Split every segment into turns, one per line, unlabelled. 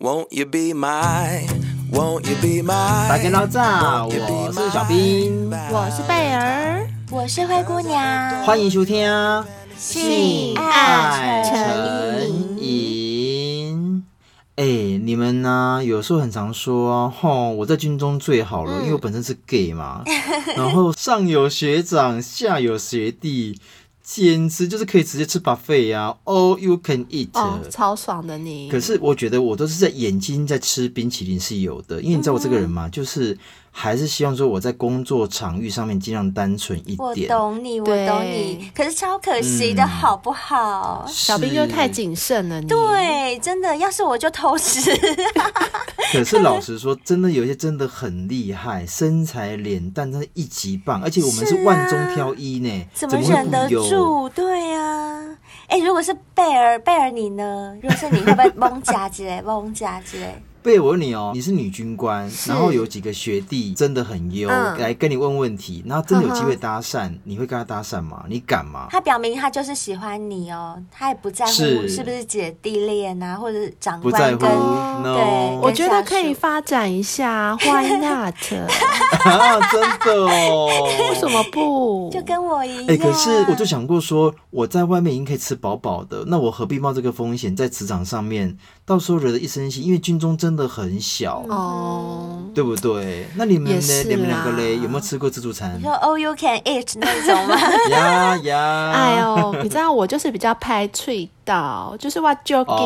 Won't you be my? Won't you be my?
大家到这，我是小兵，
我是贝儿，
我是灰姑娘，
欢迎收听《
性爱
成瘾》。哎、你们呢、有时候很常说，吼，我在军中最好
嗯
了，因为我本身是 gay 嘛， 然后上有学长，下有学弟，简直就是可以直接吃 buffet 呀、啊、，all you can eat。
哦，超爽的你
可。是我觉得我都是在眼睛在吃冰淇淋是有的，因为你知道我这个人嘛，
嗯
就是还是希望说我在工作场域上面尽量单纯一
我
点。
懂你，我
对
懂你，可是超可惜的，
嗯
好不好？
小兵就是太谨慎了你，
对，真的，要是我就偷吃。
可是老实说，真的有一些真的很厉害，身材脸蛋真的一级棒，而且我们是
是啊
万中挑一呢，
怎么
么会
忍
不
得
有？
住？对呀、哎、如果是贝尔，贝尔你呢？如果是你会 不会蒙夹之类，蒙夹之类？
贝，我问你哦，你是女军官，然后有几个学弟真的很优，
嗯
来跟你问问题，然后真的有机会搭讪，你会跟他搭讪吗？你敢吗？
嗯他表明他就是喜欢你哦，他也不在乎
是
是不是姐弟恋啊，或者是长
不在
官
乎
跟
，no，
对
我觉得可以发展一下，Why not？
啊，真的哦，
为什么不？
就跟我一样。
哎、可是我就想过说，我在外面已经可以吃饱饱的，那我何必冒这个风险在职场上面，到时候惹得一身腥？因为军中真的很小，
嗯
哦，
对不对？那你们
也
呢？
是
你们两个嘞，
啦
有没有吃过自助餐
你？说 “Oh, you can eat” 那种吗？
呀呀！
哎， 呦，你知道我就是比较拍脆到，就是我就跟你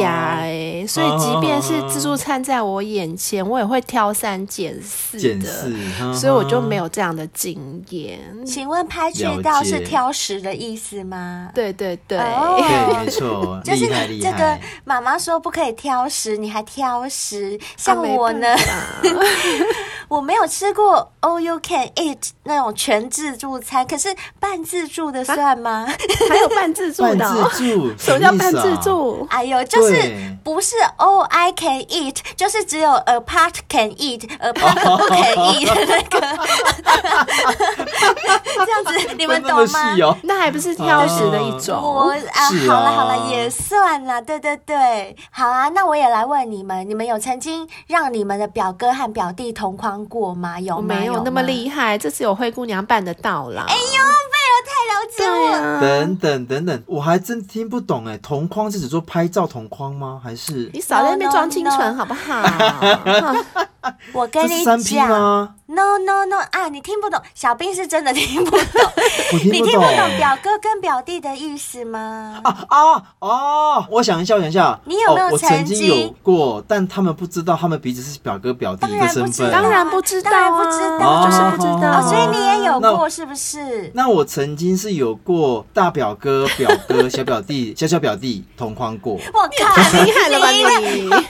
讲
哦
哎，所以即便是自助餐在我眼前，我也会挑三拣四
减
的，
嗯
四，哈
所以我就没
哈。
有这样的经验。
请问拍
了
去到是
解
挑食的意思吗？
对对对，哎
哦
对，没错，
就
厉
是
害
你
厉
这个
害。
妈妈说不可以挑食，你还挑食，像
啊
没
我呢，
办 法
我没有吃过 all you can eat 那种全自助餐，可是半自助的
啊
算吗？
还有半自助
半
的哦，
自助，
什么叫
意
半
思啊
自？助？
哎呦，就是
对
不是 all I can eat，就是只有 a part can eat，a part 不 can eat 的那个，这 样子你
你
们懂吗？
哦，
那还不是挑食的一
我
种？
啊，
是
好了
啊
好了，也算啦，对对对，好啊，那我也来问你们，你们有曾经让你们的表哥和表弟同框过吗？哦有
我
吗？
没有那么
害，
厉害，这只有灰姑娘办得到啦。哎呦，
了解
对
我。
啊，
等等等等，我还真听不懂哎，同框是指说拍照同框吗？还是
你少在那边装清
No, no,
纯
no
好不 好？哼
我跟
这是
你
三 P
啊
讲
吗？
，no no no 啊，你听不懂，小兵是真的听不 懂，
我听
你
不
听
懂
不懂表哥跟表弟的意思吗？
啊啊哦！我想一下，我想一下，
你有没有
哦我曾
曾
经
经
有过，但他们不知道他们彼此是表哥表弟
当
的
然不
身
知道，
份。
当然不知道啊
当然不知
哦
道，
就是不知道啊
哦，所以你也有
那
过是不是？
那我曾经是有过大表哥、表哥、小表 弟、小小表弟同框过。
我靠，
厉害了吧你？
你 很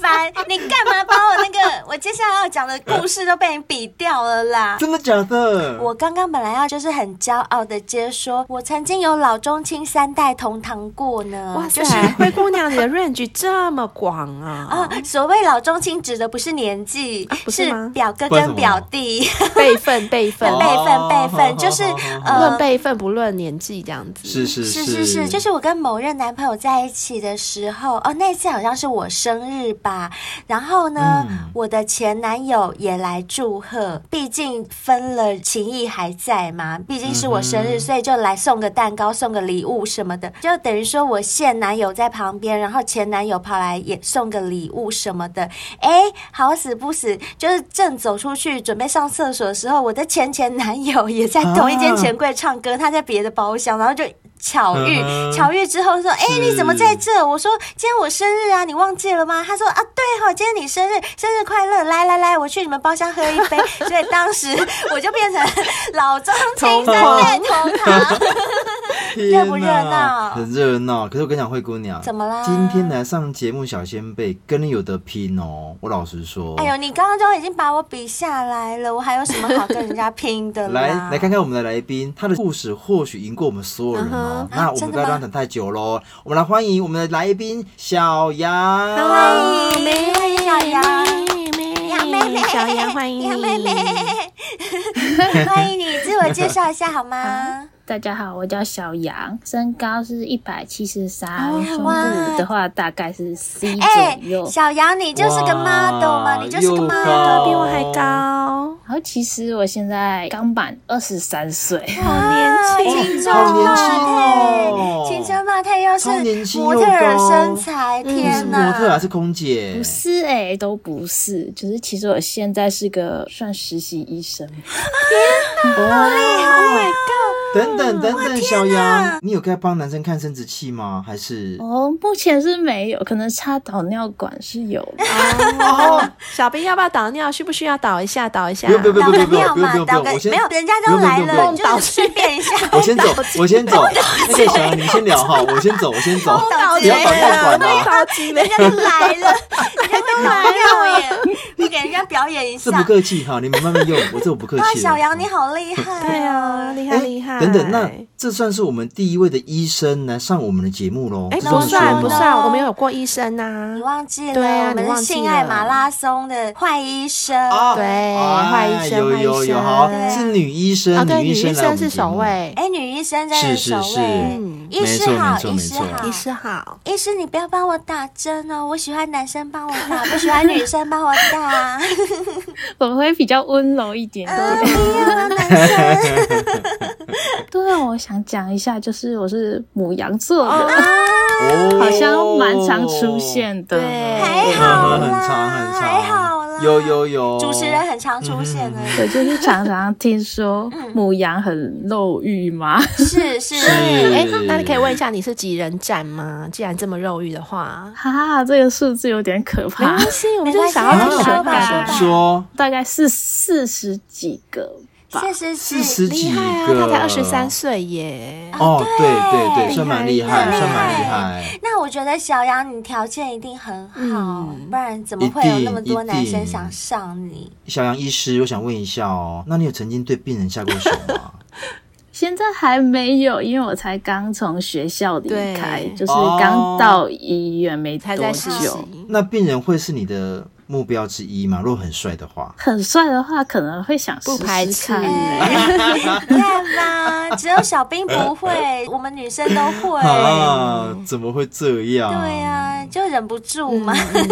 烦，你干嘛把我那个我接下来要讲的故事都被你比掉了啦？
真的假的？
我刚刚本来要就是很骄傲的接说，我曾经有老中青三代同堂过呢。
哇
就是
塞，灰姑娘你的 range 这么广啊
啊，，所谓老中青指的不是年纪，
不是
是
吗
表哥
不然什
跟
么
表弟，
辈分辈分，
哦
辈分辈
好好
分，就是
好好好
呃
论。辈分不论年纪这样子。
是是
是
是
是是，就是我跟某任男朋友在一起的时候，哦，那一次好像是我生日吧。然后呢，
嗯
我的前男友也来祝贺，毕竟分了，情谊还在嘛。毕竟是我生日，
嗯哼
所以就来送个蛋糕、送个礼物什么的，就等于说我现男友在旁边，然后前男友跑来也送个礼物什么的。哎，好死不死，就是正走出去准备上厕所的时候，我的前前男友也在同一间
啊
钱柜唱歌，他在别的包厢，然后就巧遇
嗯，哼
巧遇之后说：“哎、
是
你怎么在这？”我说：“今天我生日啊，你忘记了吗？”他说：“啊，对哈、今天你生日，生日快乐！来来来，我去你们包厢喝一杯。”所以当时我就变成老中青三代同堂。
天
热不热
哪
闹
很热闹。可是我跟你讲，灰姑娘，
怎么啦
今天来上节目，小先辈跟你有得拼哦。我老实说，
哎呦，你刚刚都已经把我比下来了，我还有什么好跟人家拼的啦？
来来看看我们的来宾，他的故事或许赢过我们所有人哦。
嗯哼
那
啊
我们
真的
不要
吗
让他等太久喽，我们来欢迎我们的来宾小杨。
哎欢迎欢迎小杨。杨哦妹妹，
小杨欢迎
杨
你
妹妹，欢迎你，自我介绍一下好吗？
大家好，我叫小杨，身高是一百七十三，
哦
胸
哇
部的话大概是 C
哎
左、右。
小杨，你就是个
哇
model 嘛，你就是个
又
model。
高
比我还高，
然后其实我现在刚满二十三岁，
好
啊
年轻。
青春
好年轻
霸
哦
配，青春霸配又是
超年轻
模
又
特儿
高
身材，
你是
天
模特啊还
哪！
是空姐？
不是哎、都不是，就是其实我现在是个算实习医生，
哦，等等等等，小杨，你有该帮男生看生殖器吗？还是？
哦，目前是没有，可能插导尿管是有的。
哦，
小兵要不要导尿？需不需要导一下？导一下
不。用不用不
导
用
个
不用
尿
不用
嘛
不，用不
导
用，
个
我先
没有，人家都来
不用
了，
不用不用
你就是顺便一下。
我先走，我先走，那个小杨你先聊哈，我先走，我 先走，
导
不要
导
管尿管啊，
超级
人家都来 了，人家都来了，我也不给人家表演一
这不
下。
客气哈，你们慢慢用，我这我不客
哎
哇，
气。
小杨你好厉害！哦
对啊，厉害
哎
厉害。
等等，那这算是我们第一位的医生来上我们的节目喽？
哎，
是这么
不
说
算
吗
不算，我们有过医生
你
呐。
忘记了，
对啊
我
你
们
忘
是
记
性爱
了
马拉松的坏医生。
啊
对
哎
坏医生
有
坏医
有有，
生
好
对，
啊
是女医
啊，
生，
对，女
医生
医
来我
生
们
是
节
首
目。
位，
哎，女医生真的
是
守
是
卫，
是
嗯医
没
师
错没
好，
错
医
没
师
错
好，
医师好。
医师，你不要帮我打针哦，我喜欢男生帮我打，不喜欢女生帮我打。
我会比较温柔一点点。
嗯不要男生
对，我想讲一下，就是我是母羊座的，
哦
好像蛮常出现的。
对
还好
啊
嗯，很
啦，
长很长，
还好啦。
有有 有，
主持人很常出现的，
嗯
我就是常常听说
嗯
母羊很肉欲嘛，
是是
是
哎，那你可以问一下你是几人斩吗？既然这么肉欲的话，
哈、哈，这个数字有点可
没
怕
关，系，我们
没
就是
关系
想
啊
要
说
去修
吧
改。
说吧
说
大概是四十几个吧。
四十四
四十
厉
几
害啊，
个，
他才二十三。岁耶。
哦，对对
厉
对，算蛮厉害，
厉害
算蛮厉害。
那我觉得小杨，你条件一定很好，
嗯
不然怎么会有那么多男生想上你？
小杨医师，我想问一下哦，那你有曾经对病人下过手 吗？
现在还没有，因为我才刚从学校离
对
开，就是
哦
刚到医院没
才
多
在实
久。
习，
那病人会是你的目标之一吗？如果很帅的话，
很帅的话，可能会想试
不排
试
斥
看、欸。
哎 你看吧，只有小兵不会， 我们女生都会。
啊，怎么会这样？
对呀、就忍不住嘛。
嗯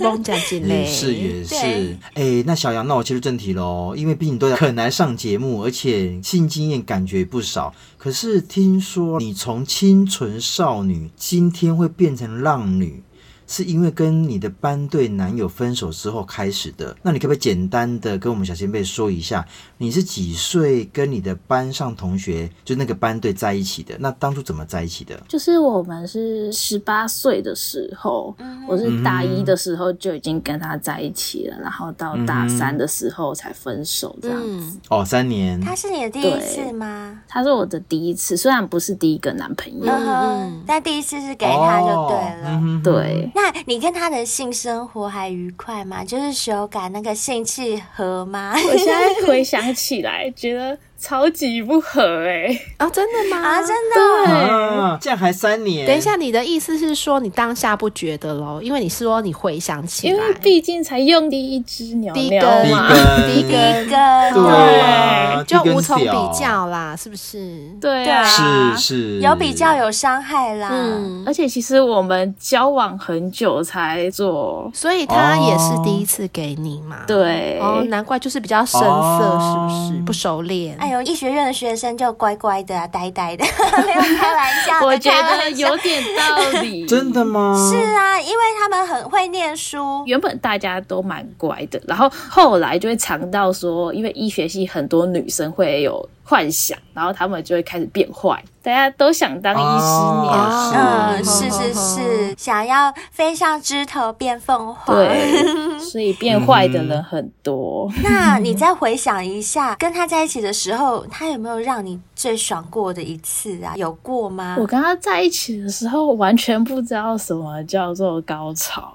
梦讲进
也
嘞，
是也是
对，
哎、那小杨，那我切入正题喽，因为毕竟都肯来上节目，而且性经验感觉不少。可是听说你从清纯少女今天会变成浪女，是因为跟你的班队男友分手之后开始的。那你可不可以简单的跟我们小先辈说一下，你是几岁跟你的班上同学，就那个班队在一起的？那当初怎么在一起的？
就是我们是十八岁的时候，
嗯
我是大一的时候就已经跟他在一起了，然后到大三的时候才分手这样子。
嗯，
哦，三年。
他是你的第一次吗？
他是我的第一次，虽然不是第一个男朋友，
嗯哼，但第一次是给他就对
哦
了。
嗯哼
对，
那你跟他的性生活还愉快吗？就是修改那个性契合吗？
我现在回想起来，觉得超级不合哎、
哦，真的吗？
啊，真的哦，
啊，这样还三 年？
等一下，你的意思是说你当下不觉得喽？因为你是说你回想起
因
来
为，毕竟才用第一只鸟
第一
鸟
根
嘛，
根
第一根，
跟
对啊，
就
跟
无从
屌
比。较啦，是不是？
对啊，
是是，
有比较有伤害啦。
嗯，
而且其实我们交往很久才做，
所以他也是第一次给你嘛？。
对，
哦，难怪就是比较生涩，是
哦。
不是？不熟练。
哎呦，医学院的学生就乖乖的、啊，呆呆的，没有开玩笑的。
我觉
开玩
得有点道 理
真的吗？
是啊，因为他们很会念书，
原本大家都蛮乖的，然后后来就会尝到说，因为医学系很多女生会有幻想，然后她们就会开始变坏，大家都想当医师
哦
娘。
哦
嗯，
好
是是
好好
是，想要飞上枝头变凤凰。
对，所以变坏的人很多。
那你再回想一下，跟他在一起的时候，他有没有让你最爽过的一次啊？有过吗？
嗯
我跟他在一起的时候，完全不知道什么叫做高 潮，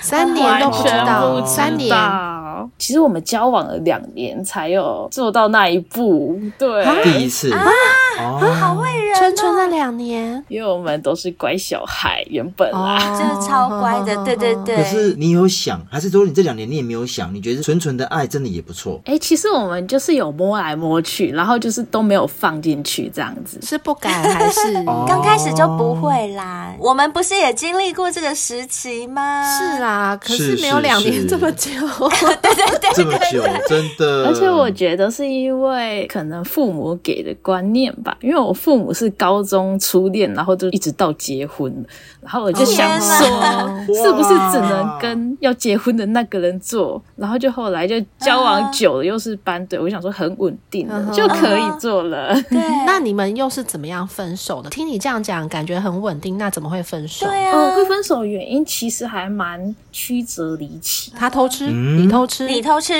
三年
完
都
全
不
不
知道，
知
三年啊，
道其实
啊
我们交往了两年才有做到那一步，对，
第一次，哦，
会人
春春那两年哦
因为我们都是乖小孩，原本啦。
就是超乖 的，对对。对。
可是你有想，还是说你这两年你也没有想？你觉得纯纯的爱真的也不错
哎、其实我们就是有摸来摸去，然后就是都没有放进去这样子。
是不敢还是？
哦
刚开始就不会啦，我们不是也经历过这个时期吗？
是
啊，
啦，可
是
是没有
是
两年
是
这么久。
这么久，真
呃
的。
而且我觉得是因为可能父母给的观念吧，因为我父母是高中初恋，然后就一直到结婚，然后我就想说
天，
是不是只能跟要结婚的那个人做？然后就后来就交往久了，又是班队，我想说很稳定了
嗯哼
就可以做了。
对，
嗯
那你们又是怎么样分手的？听你这样讲，感觉很稳定，那怎么会分手？
对
哦，
啊，
会分手的原因其实还蛮曲折离奇。
他偷吃，
嗯
你偷吃，
你偷吃，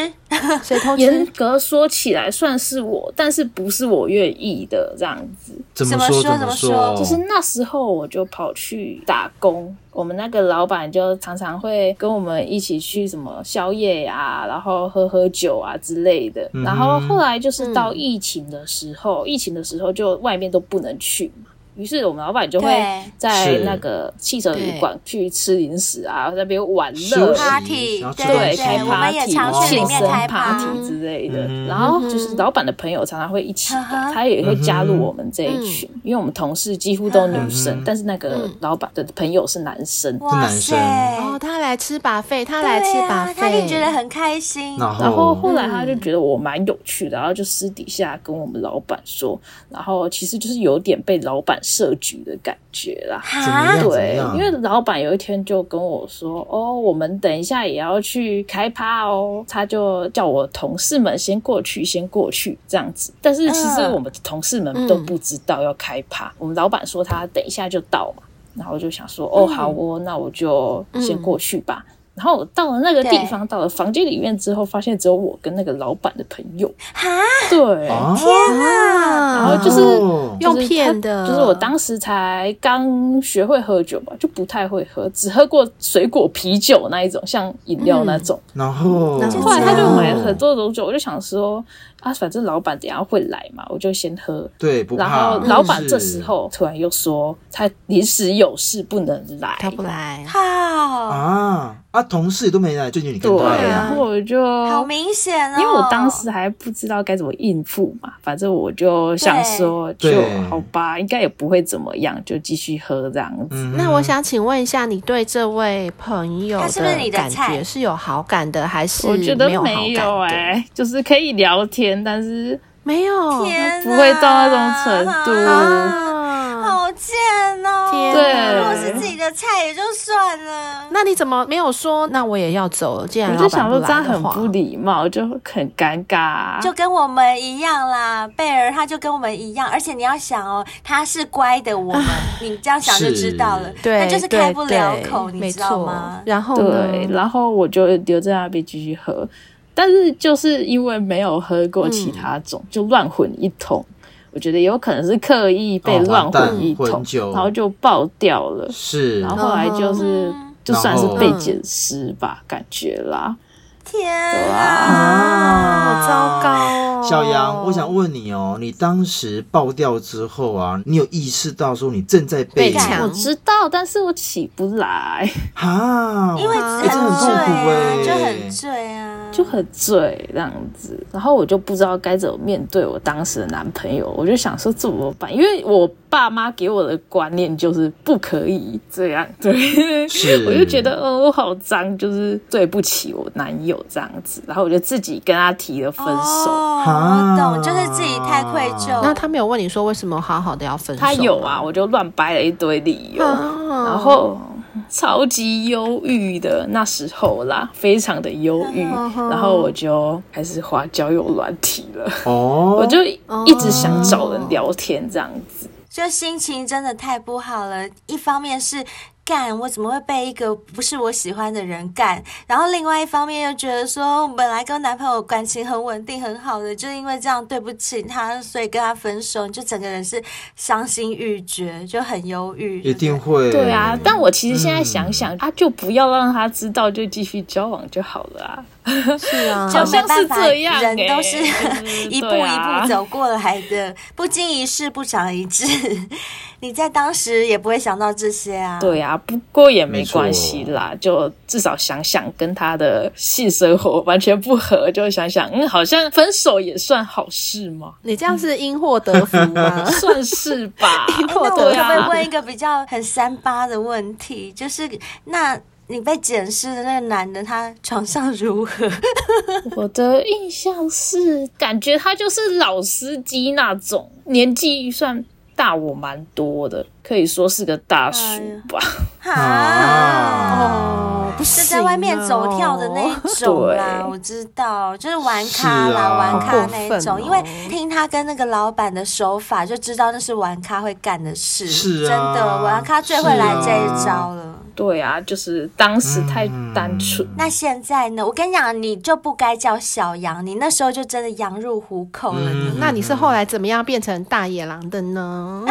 谁 偷
严
吃？
格说起来算是我，但是不是我愿意的这样子。
怎么
怎么
说
说
怎
怎么
说，
说
就是那时候我就跑去打工，我们那个老板就常常会跟我们一起去什么宵夜呀、然后喝喝酒啊之类的。
嗯哼
然后后来就是到疫情的时候，疫情的时候就外面都不能去嘛。于是我们老板就会
对
在
是
那个汽车旅馆去吃零食啊，那边玩
休
乐
息
啊
Party，
然后
对
吃东
对，
西
开
我们
party，
也常
去里
庆
面
生
开
party
party
之类的。
嗯
然后就是老板的朋友常常会一起的，
嗯哼嗯
他也会加入我们这一群，因为我们同事几乎都女
嗯
生
哼，
但是那个老板的朋友是男生。
哇
是男
哦，
塞，
他来吃把费，他
对
来吃把
啊，
费，
他一定觉得很开心。
然
然
后
后后来
嗯
他就觉得我蛮有趣的，然后就私底下跟我们老板说，然后其实就是有点被老板设局的感觉啦。
怎么
哈，
样怎么
对，
样？
因为老板有一天就跟我说：“哦，我们等一下也要去开趴哦。”他就叫我同事们先过去，先过去这样子。但是其实
嗯
我们同事们都不知道要开趴，我们老板说他等一下就到嘛，然后我就想说：“
嗯
哦，好哦，那我就先过去吧。然后我到了那个地方，到了房间里面之后，发现只有我跟那个老板的朋友。
哈，
对，
啊，
啊，
然后就是
哦
用
就是
骗
他
的
就是我当时才刚学会喝酒吧，就不太会喝，只喝过水果啤酒那一种，像饮料
嗯
那种。
然后
然后
后来他就买
哦
了很多种酒，我就想说啊，反正老板等一下会来嘛，我就先喝。
对，不
然
怕嗯
后老板
是
这时候突然又说他临时有事不能来，
他不来，
好，
哦
啊啊，同事都没来，就你跟
对，啊
他
然
啊
呀
后我就
好明显哦。
因为我当时还不知道该怎么应付嘛，反正我就想说，就
对
好吧，应该也不会怎么样，就继续喝这样子。
嗯
那我想请问一下，你对这位朋友
他是不是你的
感觉
菜
是有好感的，还是
我觉得
没有好
没
感
有
的？
哎、就是可以聊天，但是
没有
天哪
啊不会到那种程度
啊
啊。
好贱哦。
天啊
对
如果是自己的菜也就算了。
那你怎么没有说？那我也要走了。既然
我
老
就
板
想
不
说这
来
样
的
很
话，
不礼貌，就很尴尬、啊
就跟我们一样啦，贝尔他就跟我们一样，而且你要想哦，他是乖的我们，你这样想就知道了，
对，
他就是
对
开不了
对
口，
没
你知道
错
吗？
然后
对，
呢？
然后我就留在那边继续喝，哦但是就是因为没有喝过其他种，就乱混一通。我觉得有可能是刻意被
哦
乱
完蛋
混一
混
通，嗯
酒
然后就爆掉了。
是
然后后来就是、
嗯
就算是
然后
被捡尸吧，感觉啦。
天
啊，
啊，
好糟糕哦！
小杨，我想问你哦，你当时爆掉之后啊，你有意识到说你正在被
被抢
我知道，但是我起不来，
啊？
因为
欸
很
这很痛苦欸
醉啊，就很醉啊，
就很醉这样子，然后我就不知道该怎么面对我当时的男朋友，我就想说怎么办？因为我爸妈给我的观念就是不可以这样， 对，
是
我就觉得哦，我好脏，就是对不起我男友这样子，然后我就自己跟他提了分手。
哦，
啊
我懂，就是自己太愧疚。
那他没有问你说为什么好好的要分手？
他有啊，，我就乱掰了一堆理由，
啊
然后超级忧郁的那时候啦，非常的忧郁，然后我就开始滑交友软体了，
哦，
我就一直想找人聊天这样子。
就心情真的太不好了，一方面是。干，我怎么会被一个不是我喜欢的人干？然后另外一方面又觉得说，本来跟男朋友感情很稳定很好的，就因为这样对不起他，所以跟他分手，你就整个人是伤心欲绝，就很忧郁。
一定会。
对啊，但我其实现在想想，啊，就不要让他知道，就继续交往就好了啊。
是啊，？
哦
好像是这样、欸，
人都是 一步
对
一
啊
步走过来的，不经一事不长一智。 你在当时也不会想到这些啊。
对啊，不过也没
没错
关系啦，就至少想想跟他的性生活完全不合，就想想，嗯，好像分手也算好事吗
你这样是因祸得福吗？
算是吧
因，
那我
祸
可不
对
得
啊
可以问一个比较很三八的问题？就是那你被检视的那个男的，他床上如何？
我的印象是，感觉他就是老司机那种，年纪算大我蛮多的，可以说是个大叔
哎呀
吧。
哈。
哦，不
就是在外面走跳的那一种啦，
对
我知道，就是玩咖啦，
是啊
玩咖那
好
一
过分
种。
哦
因为听他跟那个老板的手法，就知道那是玩咖会干的事。
是啊
真的，玩咖最会来
是啊
这一招了。
对啊，就是当时太单纯。
那现在呢？我跟你讲，你就不该叫小羊，你那时候就真的羊入虎口了。你
那你是后来怎么样变成大野狼的呢？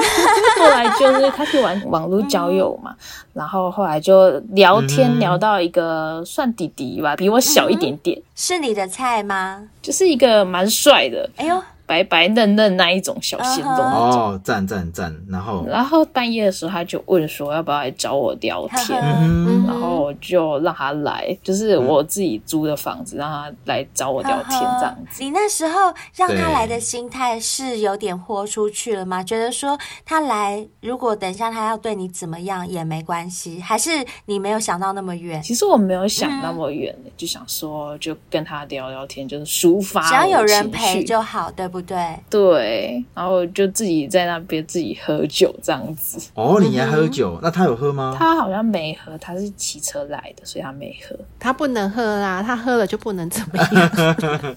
后来嗯啊就是他去玩网络交友嘛，啊然后后来就聊天聊到一个算弟弟吧，比我小一点点，
是你的菜吗？
就是一个蛮帅的，
哎呦，
白白嫩嫩那一种小鲜肉。
嗯
哦，赞赞赞，然后，
然后半夜的时候，他就问说要不要来找我聊天，
嗯，
然后我就让他来，就是我自己租的房子，让他来找我聊天这样子。
你那时候让他
对
来的心态是有点豁出去了吗？觉得说他来，如果等一下他要对你怎么样也没关系，还是你没有想到那么远？
其实我没有想那么远，就想说就跟他聊聊天，就是抒发
只要有
我的
人
情
陪
绪
就好，对不对？
对，然后就自己在那边自己喝酒这样子。
哦，你
嗯
还喝酒？那他有喝吗？
他好像没喝，他是骑车来的，所以他没喝。
他不能喝啦，他喝了就不能怎么样。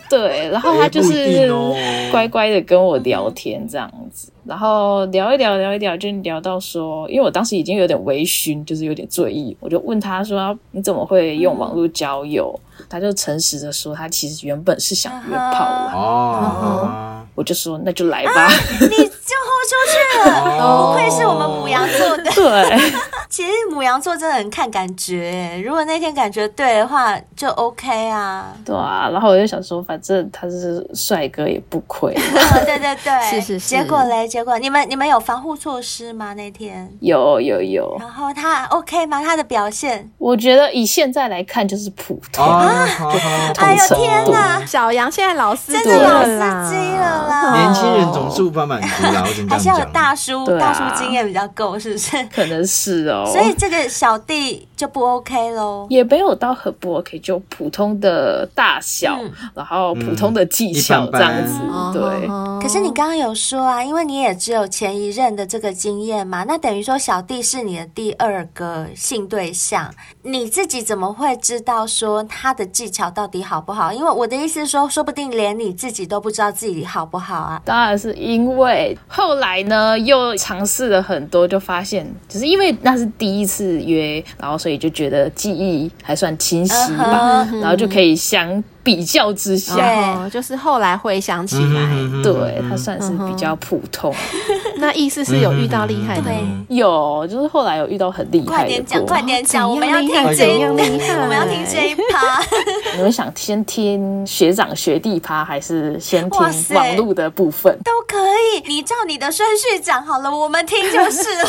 对，然后他就
哎不一
是
定哦
乖乖的跟我聊天这样子，然后聊一聊，聊一聊，就聊到说，因为我当时已经有点微醺，就是有点醉意，我就问他说：“啊你怎么会用网络交友？”他就诚实的说，他其实原本是想约炮啦。
哦，
我就说：“那就来吧。
你就豁出去了，哦
哦
不愧是我们母羊座的。
对。
其实母羊座真的很看感觉，如果那天感觉对的话，就 OK 啊。
对啊，然后我就想说，反正他是帅哥也不亏。
嗯对对对，
是是是
结果嘞，结果你们你们有防护措施吗？那天？
有有有，
然后他 OK 吗？他的表现？
我觉得以现在来看就是普通。
啊，好好，哦
哎呦天
哪
小羊现在老司机
真的老
了
司
啦，
机了啦！
年轻人总是无法满足啦，我只能
还
这
是要
样讲。
有大叔，
对啊
大叔经验比较够，是不是？
可能是哦，
所以这个小弟就不 OK 喽。
哦
也没有到很不 OK，就普通的大小，
嗯
然后普通的技巧
嗯一
这
般般
样子，对。
哦
可是你刚刚有说啊，因为你也只有前一任的这个经验嘛，那等于说小弟是你的第二个性对象，你自己怎么会知道说他的技巧到底好不好？因为我的意思是说，说不定连你自己都不知道自己好不好啊。
当然是因为后来呢，又尝试了很多，就发现，就是因为那是第一次约，然后所以就觉得记忆还算清晰吧
嗯
然后就可以相比较之下，
对
哦，就是后来回想
嗯
起来，
对，他算是比
嗯
较普通。
那意思是有遇到厉害的
对
人，
有，就是后来有遇到很厉害的
快点讲，
过
快点讲，我
怎
们
样
要
厉
听
害
哎
这一，
怎样厉害
我们要听这一趴。
你们想先听学长学弟趴，还是先
哇塞
听网路的部分？
都可以，你照你的顺序讲好了，我们听就是 了。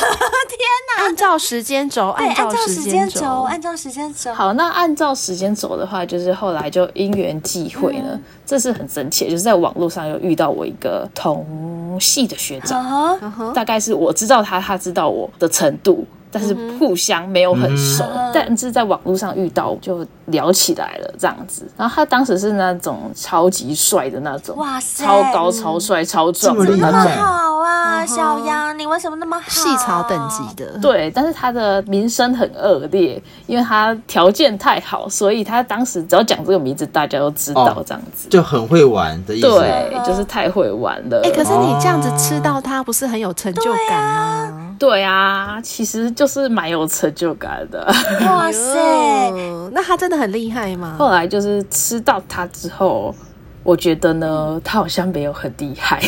按照时间轴，
对，
按
按照
时
时间轴，
轴，
按照时间轴。
好，那按照时间走的话，就是后来就因缘际会呢，
嗯
这是很神奇的，就是在网络上有遇到我一个同系的学
嗯
长，
啊，
嗯
大概是我知道他，他知道我的程度。但是互相没有很熟，
嗯
但是在网络上遇到就聊起来了这样子。然后他当时是那种超级帅的那种，
哇塞
超高、超帅、超壮
这
的
么厉
那
那
种
害。
么好啊，
嗯哼
小杨，你为什么那么好？
细草等级的，
对，但是他的名声很恶劣，因为他条件太好，所以他当时只要讲这个名字，大家都知道
哦
这样子。
就很会玩的意思。啊
嗯
对，就是太会玩了。
啊
哎，可是你这样子吃到它，不是很有成就感吗？
对啊，其实就是蛮有成就感 的。
哇塞，哦
嗯，那他真的很厉害吗？
后来就是吃到它之后，我觉得呢，它好像没有很厉 害。。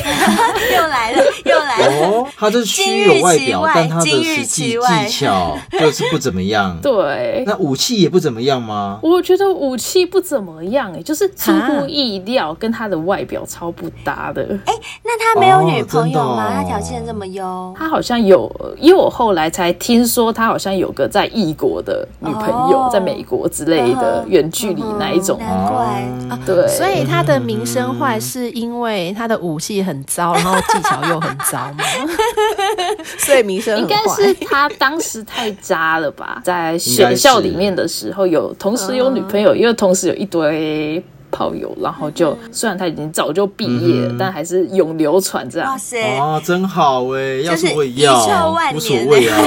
又来了，又来了。
哦，他的虚有外表，但他的
金玉
实
其
际
外
技巧就是不怎么样
对，
那武器也不怎么样吗？
我觉得武器不怎么样、欸，就是出
哈
乎意料，跟他的外表超不搭的。
啊哎那他没有女
哦
朋
真
友
的
吗？
哦
他条件这么优，
他好像有，因为我后来才听说他好像有个在异国的女朋友
哦
在美国之类的
嗯哼嗯
远距离那一种。
难怪。
哦
对，
所以他的名声
嗯
坏是因为他的武器很糟，然后技巧又很糟 吗？所以名声
应
很
该
坏。
是他当时太渣了吧，
应
在
该
学
是
校里面的时候有同时有女
嗯
朋友，因为同时有一堆炮友，然后就
嗯
虽然他已经早就毕业了，
嗯哼
但还是永流传这样
哇。塞，
啊，真好哎、要
就是
是我也
遗臭
要
万，
无
欸
所
年
谓啊。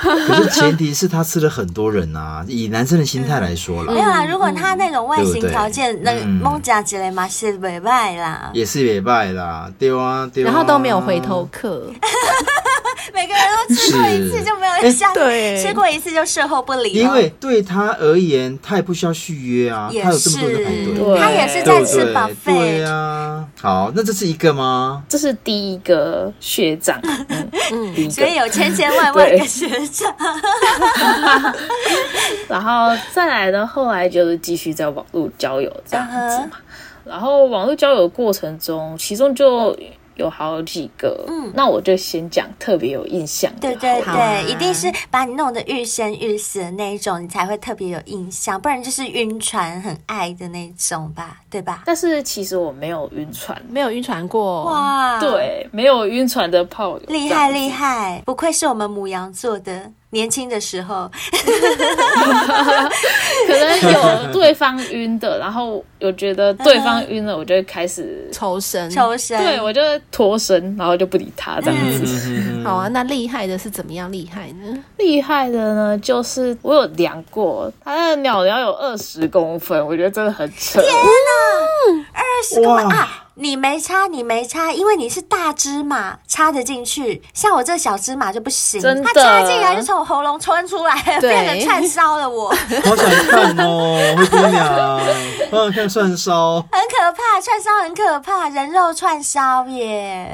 可是前提是他吃了很多人啊，以男生的心态来说
嗯
啦，
没有啦，如果他那种外
对
形
不对
条件，那个
嗯
蒙甲之类嘛是袂歹啦。
也是也败啦，对啊，对啊。
然后都没有回头客，
每个人都吃过一次
是
就没有
哎
下，
对
吃过一次就售后不理了。
因为对他而言，他也不需要续约啊，
也
他有这么多人在排
是，
队，
对
他也
对
是在
不对？
吃
对
buffet，
啊，好，那这是一个吗？
这是第一个 学长，嗯，第一
所以
个，
有千千万万个
对
学长。
然后再来呢，后来就是继续在网络交友这样子
嗯
嘛。然后网络交友的过程中，其中就有好几个，嗯，那我就先讲特别有印象的
对对
好啊
对，一定是把你弄得欲仙欲死的那一种，你才会特别有印象，不然就是晕船很爱的那种吧，对吧？
但是其实我没有晕船，
没有晕船过。
哇，，
对，没有晕船的炮友，
厉害厉害，不愧是我们母羊座的，年轻的时候，
这样子，可能有对方晕的，然后我觉得对方晕了，我就会开始，
抽身，
抽身，
对我就会脱身，然后就不理他这样子。
好啊，那厉害的是怎么样厉害呢？
厉害的呢，就是我有量过，它的鸟鸟有二十公分，我觉得真的很扯。
啊
哇，
啊
你没差，你没差，因为你是大芝麻，插得进去。像我这小芝麻就不行，
真的
它插进来就从我喉咙穿出来，
对
变成串烧了我，很
好想看哦，灰姑娘，好想看涮烧，
可怕，串烧很可怕，人肉串烧耶！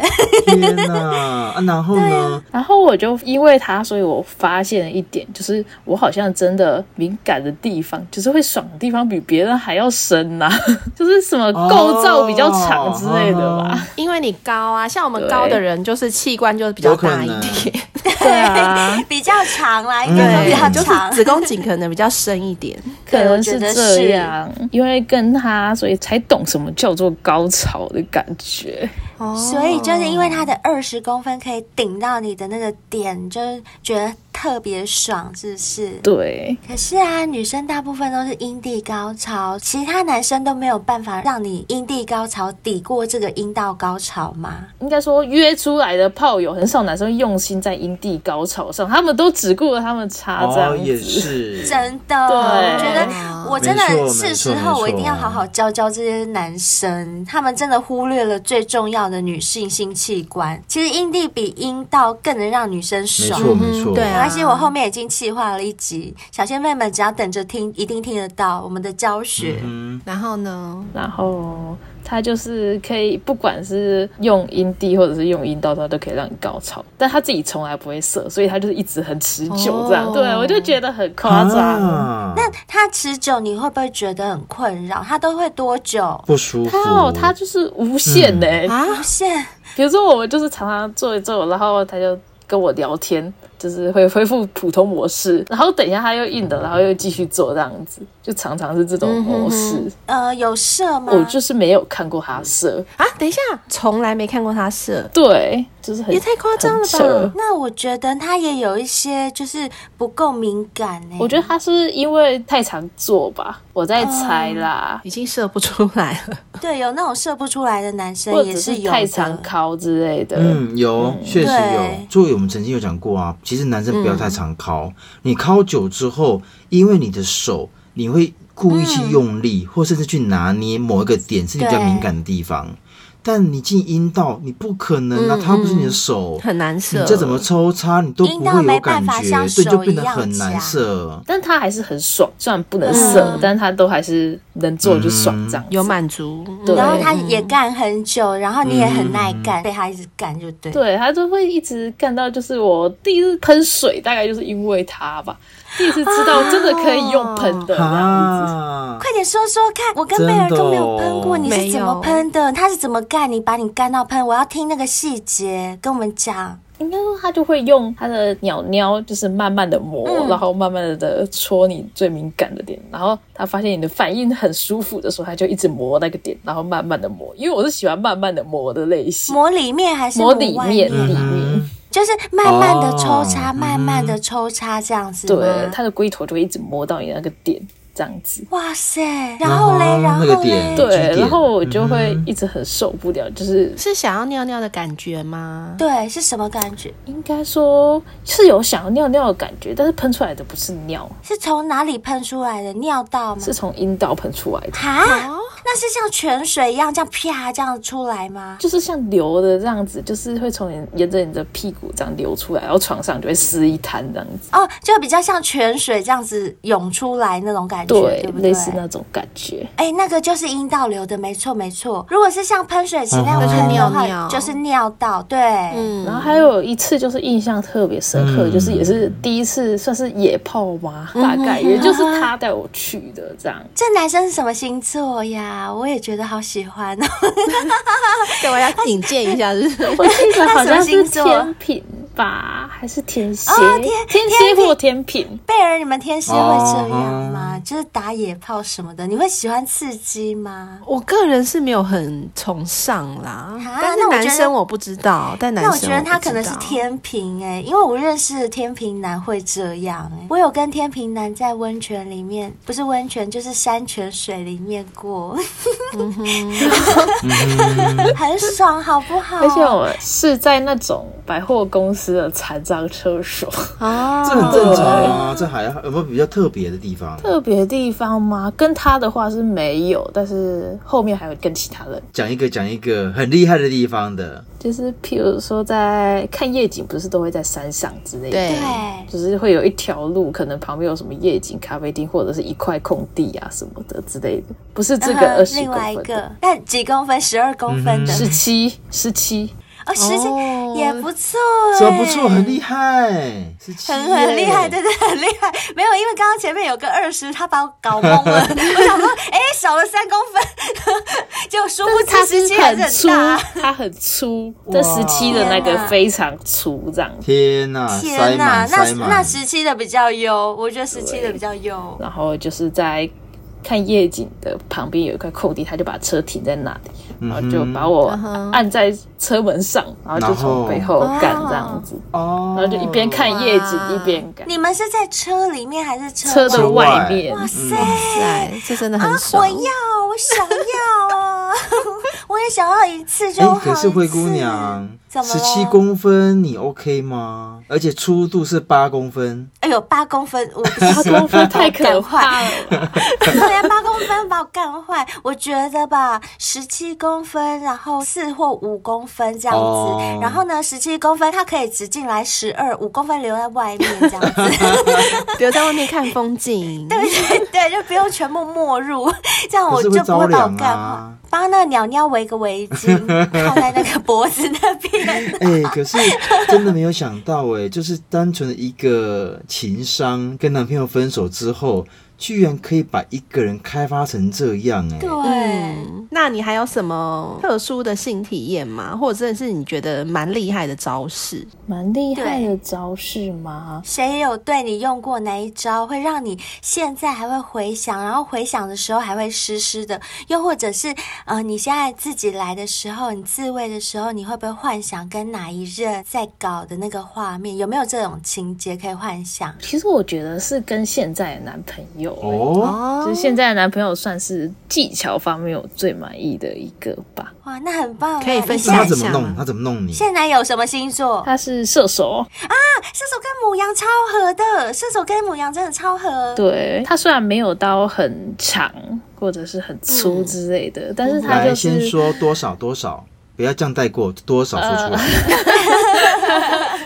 天哪！啊，然后呢？
然后我就因为它，所以我发现了一点，就是我好像真的敏感的地方，就是会爽的地方比别人还要深呐、 就是什么
哦
构造比较长之类的吧。
因为你高啊，像我们
对
高的人就是器官就比较大一
有可
点，
对啊，
比较长啦，应该说比较
对，就是
长。
子宫颈可能比较深一 点。
可
对我
能
觉
是
得
这
是
样，因为跟他，所以才懂什么叫做高潮的感觉。
哦，
所以就是因为它的二十公分可以顶到你的那个点，就是觉得特别爽，是不是？
对，
可是啊，女生大部分都是阴蒂高潮，其他男生都没有办法让你阴蒂高潮抵过这个阴道高潮吗？
应该说约出来的炮友很少男生用心在阴蒂高潮上，他们都只顾着他们插啊这样
哦，
子。
也是，
真的，
对
我觉得我真
没
的
错
是
没错
时候，我一定要
没错
好好教教这些男生，他们真的忽略了最重要的女性性器官。其实阴蒂比阴道更能让女生
没
爽。
错
嗯
没错，
对
没
啊
关系，我后面已经计划了一集，小仙妹们只要等着听，一定听得到我们的教学。
嗯，
然后呢？
然后他就是可以，不管是用阴蒂或者是用阴道，他都可以让你高潮，但他自己从来不会射，所以他就是一直很持久这样。
哦
对我就觉得很夸张。
啊
那它持久，你会不会觉得很困扰？它都会多久？
不舒服
他，哦，他就是无限
嗯
欸呢、
啊，
无限
比如说我们就是常常做一做，然后他就跟我聊天，就是会恢复普通模式，然后等一下他又硬的，然后又继续做这样子，就常常是这种
嗯
模式。
呃，有射吗？
我就是没有看过他射，
啊，等一下，从来没看过他射，
对，就是很
也太夸张了
很扯
吧？
那我觉得它也有一些就是不够敏感呢、
我觉得他是因为太常做吧，我在猜啦，
已经射不出来了。
得对，有那种射不出来的男生
或
也
者是
有
太常
的。
敲之类的。
嗯，有，确实
对
有。作为我们曾经有讲过啊，其实男生不要太常敲，你敲久之后，因为你的手，你
嗯
会故意去用力，或甚至去拿捏某一个点，是你比较
对
敏感的地方。但你进阴道，你不可能啊，
嗯
它不是你的手，
很难
你
射。
再怎么抽插，你都
阴
不
道
会
没
有
办
感
法
觉
像，
对，就
手
变得
一样
很难
夹
射。
但他还是很爽，虽然不能射，
嗯
但他都还是能做就爽这样子。
有满足？
对嗯
然后他
嗯
也干很久，然后你也很耐干，被他一直干就对。
对他就会一直干到，就是我第一次喷水，大概就是因为他吧，第一次知道真的可以用喷的这样子。
啊，
快点说说看，我跟贝
真
尔
的
都没有
哦
喷过，你
没
是怎么
有
喷的？他是怎么干？你把你干到喷，我要听那个细节，跟我们讲。
应该说他就会用他的鸟鸟，就是慢慢的磨，
嗯
然后慢慢的戳你最敏感的点，然后他发现你的反应很舒服的时候，他就一直磨那个点，然后慢慢的磨。因为我是喜欢慢慢的磨的类型，
磨里面还是
磨
外
里面里面。
就是慢慢的抽插，
哦
慢慢的
嗯
抽插这样子
对
吗，
他的龟头就会一直摸到你那个点，这样子。
哇塞，然后嘞，然
然后那个
后嘞，
点据
对，
点
然后我就会
嗯
一直很受不了，就是
是想要尿尿的感觉吗？
对，是什么感觉？
应该说是有想要尿尿的感觉，但是喷出来的不是尿，
是从哪里喷出来的？尿道吗？
是从阴道喷出来的，
哈，那是像泉水一样这样啪这样出来吗？
就是像流的这样子，就是会从你沿着你的屁股这样流出来，然后床上就会湿一滩这样子，
哦，就比较像泉水这样子涌出来那种感觉，对
对，
不对
类？似那种感觉。
哎、那个就是阴道流的，没错没错。如果是像喷水池那样
嗯
喷的话，
那是尿尿
就是尿道，对，
嗯，
然后还有一次就是印象特别深刻，
嗯
就是也是第一次算是野炮嘛，
嗯
大概也就是他带我去的 这样。
这男生是什么星座呀？我也觉得好喜欢哦。
对，我要引荐一下，是不是
我记得
他
好像是
什么星座
天平吧，还是天蝎？
哦天
天蝎或天平？
贝尔，你们天蝎会这样
哦
吗？就是打野炮什么的，你会喜欢刺激吗？
我个人是没有很崇尚啦，
啊
但
那
是
我觉
男
得
生我不知道，但男
那
生
我觉得他可能是
不知道，
天平哎、因为我认识的天平男会这样哎、我有跟天平男在温泉里面，不是温泉就是山泉水里面过，
嗯
很爽好不好？
而且我是在那种百货公司的残障车 手，
这很正常啊，这还好有没有比较特别的地方？
特别地方吗？跟他的话是没有，但是后面还有跟其他人，
讲一个讲一个很厉害的地方的，
就是譬如说在看夜景，不是都会在山上之类的。
对
对，
就是会有一条路，可能旁边有什么夜景咖啡厅，或者是一块空地啊什么的之类的，不是这个
然后
二
嗯
十
另
公
外一
分的，
个，那几公分？十二
嗯
公分的，
十七十七，
哦，十几
哦
也不错、欸，
说不错，很厉害，是七
很很厉害，对对，很厉害。没有，因为刚刚前面有个二十，他把我搞懵了。 我想说，哎、少了三公分， 就殊不
它
知时间还是
粗啊
很大。，啊
它很粗，但十七的那个非常粗，这样。
天呐、啊塞
天哪、
满
那
塞满，
那十七的比较优，我觉得十七的比较优。
然后就是在看夜景的旁边有一块空地，他就把车停在那里，然后就把我
嗯
按在车门上，然后就从背后干这样子，
哦
然后就一边看夜景
哇
一边干。
你们是在车里面还是车
车的
外
外面，
哇塞！
在 这真的很爽。
啊我要，我想要 啊！我也想要一次就
哎、
好。
可是灰姑娘
怎么
十
了
七公分，你 OK 吗？而且粗度是八公 分，
哎呦，八公分，我 不
八
行，
公分太可怕了吧，
对，啊八公分把我干坏。我觉得吧，十七公分，然后四或五公分这样子。
哦
然后呢，十七公分它可以只进来十二，五公分留在外面这 样子。
留在外面看风 景，
对对对，就不用全部没 入，这样我就
可是会
不会把我
着凉啊
干坏。帮那个鸟鸟围个围 巾，套在那个脖子那边。
哎、可是真的没有想到、哎，就是单纯的一个情商，跟男朋友分手之后，居然可以把一个人开发成这样、哎，
对，
嗯，那你还有什么特殊的性体验吗？或者真的是你觉得蛮厉害的招式？
蛮厉害的招式吗？
谁有对你用过哪一招，会让你现在还会回想，然后回想的时候还会湿湿的？又或者是，呃，你现在自己来的时候，你自慰的时候，你会不会幻想跟哪一任在搞的那个画面？有没有这种情节可以幻想？
其实我觉得是跟现在的男朋友、欸
哦，
哦
就是现在的男朋友算是技巧方面我最满意的一个吧。
哇，那很棒啊！
可以分
你
那
享
他
现
怎么
想
弄
啊？
他怎么弄你？
现在有什么星座？
他是射手，
射手跟母羊超合的，射手跟母羊真的超合。
对他虽然没有到很长或者是很粗之类的，但是他
嗯来，
就
先
是
说多少多少，不要这样带过，多少说 出来。 哦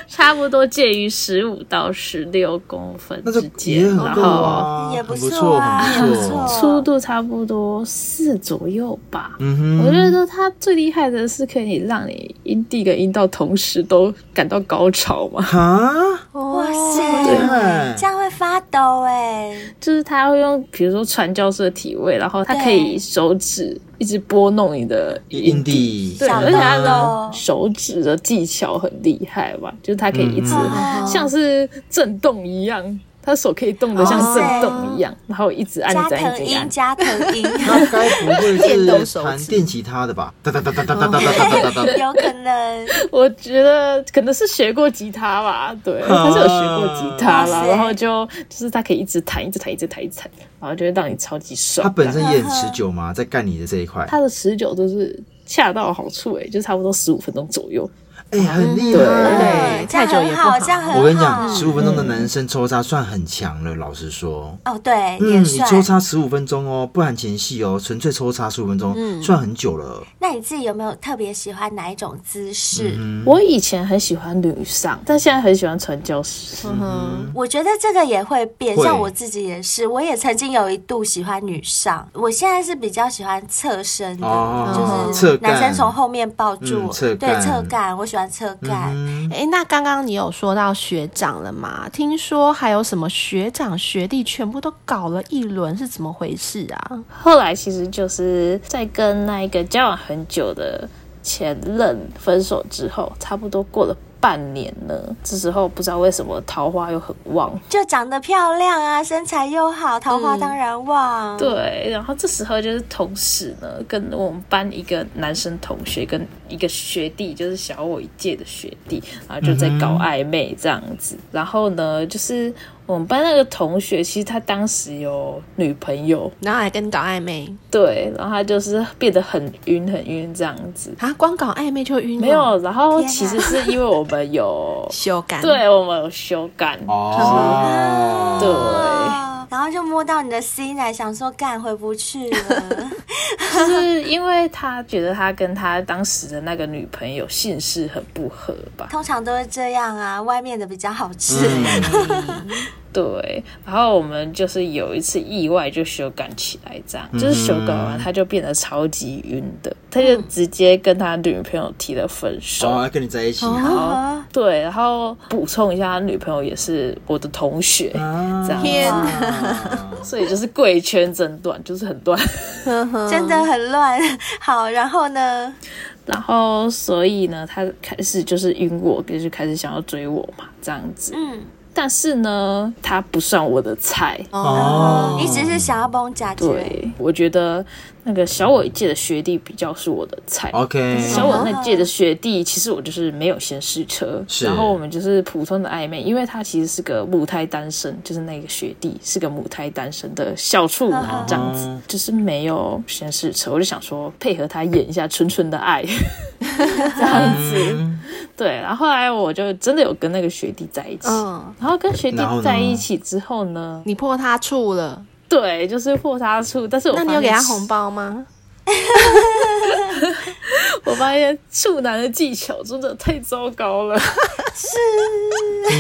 差不多介于十五到十六公分
那
之
就也
间，
很
然
够
后
啊，
也
很错，
不错啊
很
也
不
不错
粗度差不多四左右吧。
嗯哼，
我觉得它最厉害的是可以让你阴蒂跟阴道同时都感到高潮嘛，
哈，
哇
厉
塞，
害
这，样会发抖哎、
就是它会用比如说传教士的体位，然后它可以
对
手指一直拨弄你的
印地，
对，
小
而且他
刀
的手指的技巧很厉害吧，就是他可以一直
嗯
像是震动一样，他手可以动
哦
得像震动一样，然后一直按
加
着按
藤
着按
鹰，。加藤鹰，
那该不会
电动
是
手
弹
指
电吉他的吧？哒哒哒哒哒哒哒哒哒哒哒哒。
有可能
我觉得可能是学过吉他吧，
啊
对，他是有学过吉他
哇
啦，
塞
然后就就是他可以一直弹，一直弹，一直弹，一直弹，然后就会让你超级爽。
他本身也很持久嘛，在干你的这一块，
他的持久都是恰到好处、欸，就差不多十五分钟左右。
哎，很厉
对
害。
对
这
太
样
久也
很
不好
好，这样很好。
我跟你讲，十五分钟的男生抽插算很强了，老实说。
哦，对，
嗯，
也
你
算。
抽插十五分钟哦，不含前戏哦，纯粹抽插十五分
嗯
钟，算很久了。
那你自己有没有特别喜欢哪一种姿势？
嗯
我以前很喜欢女上，但现在很喜欢传教士。
嗯哼，
我觉得这个也会变，
会
像我自己也是，我也曾经有一度喜欢女上，我现在是比较喜欢侧身的，
哦
就
侧
是
干
男生从后面抱住
嗯
我，
侧
对
干
侧干，我喜欢侧干。
嗯，
哎，那刚刚你有说到学长了嘛？听说还有什么学长学弟全部都搞了一轮，是怎么回事啊？
后来其实就是在跟那一个交往很久的前任分手之后，差不多过了半年了。这时候不知道为什么桃花又很旺，
就长得漂亮啊，身材又好，桃花当然旺。
对。然后这时候就是同时呢，跟我们班一个男生同学跟一个学弟，就是小我一届的学弟，然后就在搞暧昧这样子。然后呢，就是我们班那个同学，其实他当时有女朋友，
然后还跟你搞暧昧
对，然后他就是变得很晕很晕这样子。
啊？光搞暧昧就晕了？，
没有，然后
嗯天
其
哪
实是因为我们 有
修改？
对我们有修改，
哦，
对，
哦然后就摸到你的 C 奶，想说干回不去 了。
就是因为他觉得他跟他当时的那个女朋友姓氏很不合吧，
通常都是这样啊，外面的比较好吃。
嗯，
对，然后我们就是有一次意外就修改起来，这样、就是修改完他就变得超级晕的，他就直接跟他女朋友提了分手。
哦，要跟你在一起，
好，对，然后补充一下，他女朋友也是我的同学，
啊
这样
天哪
所以就是贵圈真乱，就是很乱。
真的
嗯
很乱。 好，然后呢？
然后所以呢，他开始就是晕我，就是开始想要追我嘛，这样子。
嗯，
但是呢，他不算我的菜。
哦，
你只是想要帮我假绝。
对，我觉得那个小我一届的学弟比较是我的菜。
OK，
小我那届的学弟，其实我就是没有先试车，
是
然后我们就是普通的暧昧，因为他其实是个母胎单身，就是那个学弟是个母胎单身的小处男这样子
哦，
就是没有先试车，我就想说配合他演一下纯纯 的爱，这样
嗯
子。对，然后后来我就真的有跟那个学弟在一起，
嗯，
然后跟学弟
然后呢
在一起之后呢，
你破他处了，
对，就是破他处，但是我
那你
发
有给
现
他红包吗？
我发现处男的技巧真的太糟糕了。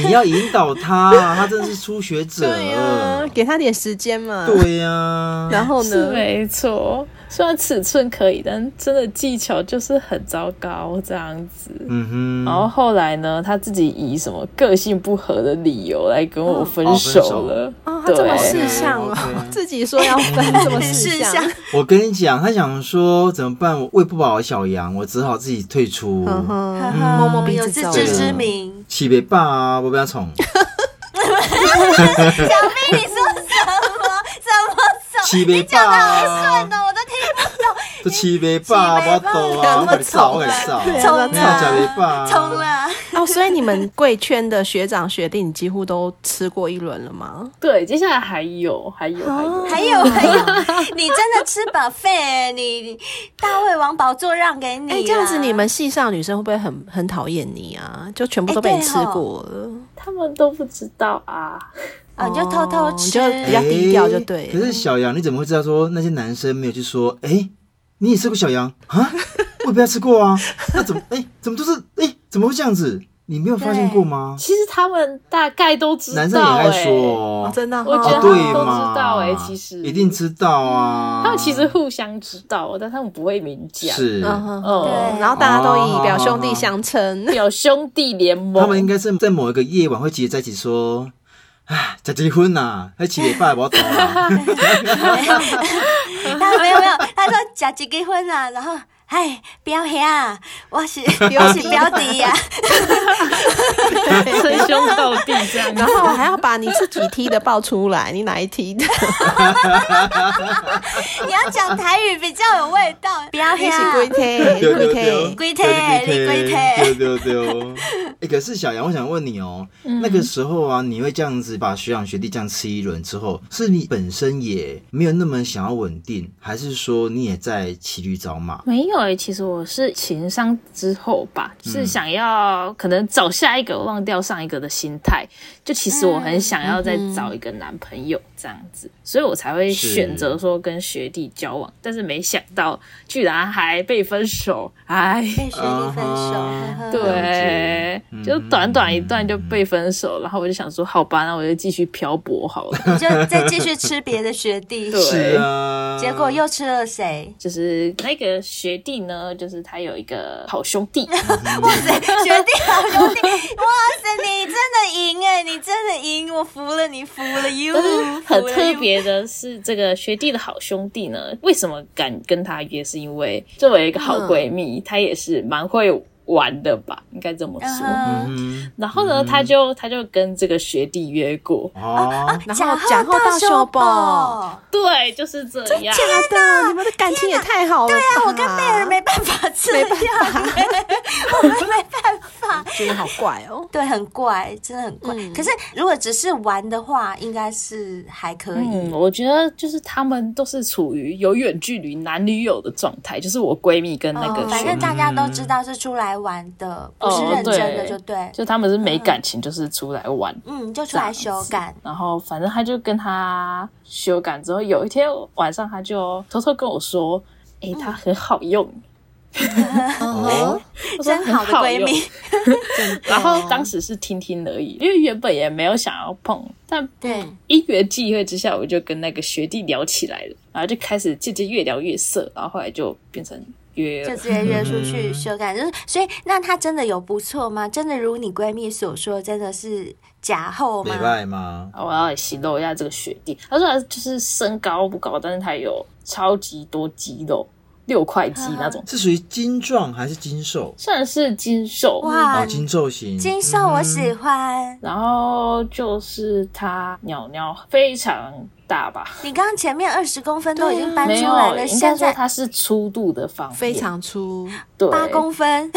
你要引导 他，他真的是初学
啊
者，
给他点时间嘛。
对呀，
然后
是
呢？
没错，虽然尺寸可以，但真的技巧就是很糟糕这样子。
嗯
然
哼，
后
哦
后来呢，他自己以什么个性不合的理由来跟我分手了。
嗯哦，他这么
对
事项哦
OK
自己说要分这么事
事项
项，
我跟你讲，他想说怎么办？我喂不饱小羊，我只好自己退出。
嗯哼，
呵呵
摸摸鼻
有
子
自
走
知
人
之明，
起别霸啊，我不要宠，
小兵，你说什么？怎么走？
起别霸啊
真，的，我都听不懂。
都起别霸，我抖啊，我把你操给 操，
对
冲
啊
没有假别
了，
霸，
冲了！
哦，所以你们贵圈的学长学弟，你几乎都吃过一轮了吗？
对，接下来还有，还有，还有，
啊
还有还有，你真的吃饱费，你你大胃王宝座让给你
哎、
啦。
这样子你们系上女生会不会很很讨厌你啊？就全部都被你吃过了，
他们都不知道啊。
啊，你就偷偷
哦你
吃，
就比较低调就对了
哎可是小杨，你怎么会知道说那些男生没有去说？哎、你也吃过小杨啊？为 我也被他吃过啊。那怎么哎、怎么都是哎、怎么会这样子？你没有发现过吗？
其实他们大概都知道、欸，
男生也爱说、哦
哦，真的哦，
我觉得
哦，
他们
对
都
嘛，
知道欸其实
一定知道啊。
他们其实互相知道，但他们不会明讲。
是，
嗯哼，
嗯，
对
然后大家都以表兄弟相 称。
有兄弟联盟，
他们应该是在某一个夜晚会集结在一起说。哎，才结婚呐、啊，还七礼拜不要走啊！
他没有没有，他说假结结婚啊，然后哎，不要黑啊， 我是我是表弟啊呀、
称兄道弟这样
然后还要把你是几梯的报出来，你哪一梯 的？
你要讲台语比较有味道，不要黑
一起
啊。
跪梯，
丢
跪
丢丢，
梯。
龟胎
对
你龟胎
丢丢丢。哎，可是小杨，我想问你哦，
嗯
那个时候啊，你会这样子把学长学弟这样吃一轮之后，是你本身也没有那么想要稳定，还是说你也在骑驴找马？
没有哎、其实我是情商之后吧，
嗯
是想要可能找下一个忘掉上一个的心态，就其实我很想要再找一个男朋友这样子，所以我才会
是
选择说跟学弟交往，但是没想到居然还被分手，哎，
被学弟分手，
啊
呵
啊
呵
了
对
解嗯，
就短短一段就被分手，然后我就想说，好吧，那我就继续漂泊好了。
你就再继续吃别的学弟，
对
是啊，
嗯结果又吃了谁？
就是那个学弟呢，就是他有一个好兄弟，
哇塞，学弟好兄弟，哇塞，你真的赢哎，你真的赢，我服了你，服了 you，
但是很
服了
特
you
别的是，这个学弟的好兄弟呢，为什么敢跟他约？是因为作为一个好闺蜜，她也是蛮会玩的吧，应该这么
嗯
说。
哼
嗯，
然后呢，她就她就跟这个学弟约过，
哦，
然
假
后讲
后
后
大
到
修
修
补，
宝，
对，就是这样。
真的，你们的感情也太好了。对啊，
我跟贝尔没办法吃，
没办 法，
我们没办法。
觉得好怪哦。
对，很怪，真的很怪。
嗯
可是如果只是玩的话，应该是还可以。
嗯，我觉得就是他们都是处于有远距离男女友的状态，就是我闺蜜跟那个
哦
学
反
弟
正大家都知道是出来玩的，不是
哦
认真的，
对
就对。
就他们是没感情，就是出来玩。
嗯，就出来修改。
然后反正他就跟他修改之后，有一天晚上他就偷偷跟我说：“哎、
嗯
他很 好用。
哦，
我说
真好的闺 蜜，
很好用。然后当时是听听而已，因为原本也没有想要碰，但
对，
因缘际会之下，我就跟那个学弟聊起来了，然后就开始渐渐越聊越色，然后后来就变成约
就
了。
直接约出去修改。就是，所以那她真的有不错吗？真的如你闺蜜所说，真的是假后
没
吗？
拜吗？
然后我要形容一下这个学弟，他说他就是身高不高，但是他有超级多肌肉，六块肌那
啊
种，
是属于精壮还是精瘦？
算是精瘦。嗯
哇
哦，，嗯精瘦型，
金兽嗯我喜欢。
然后就是他鸟鸟非常大吧，
你刚刚前面二十公分都已经搬
啊没
出来
有，
了，
应该
现
说
在
他是粗度的方面，
非常粗，
对。
八公分，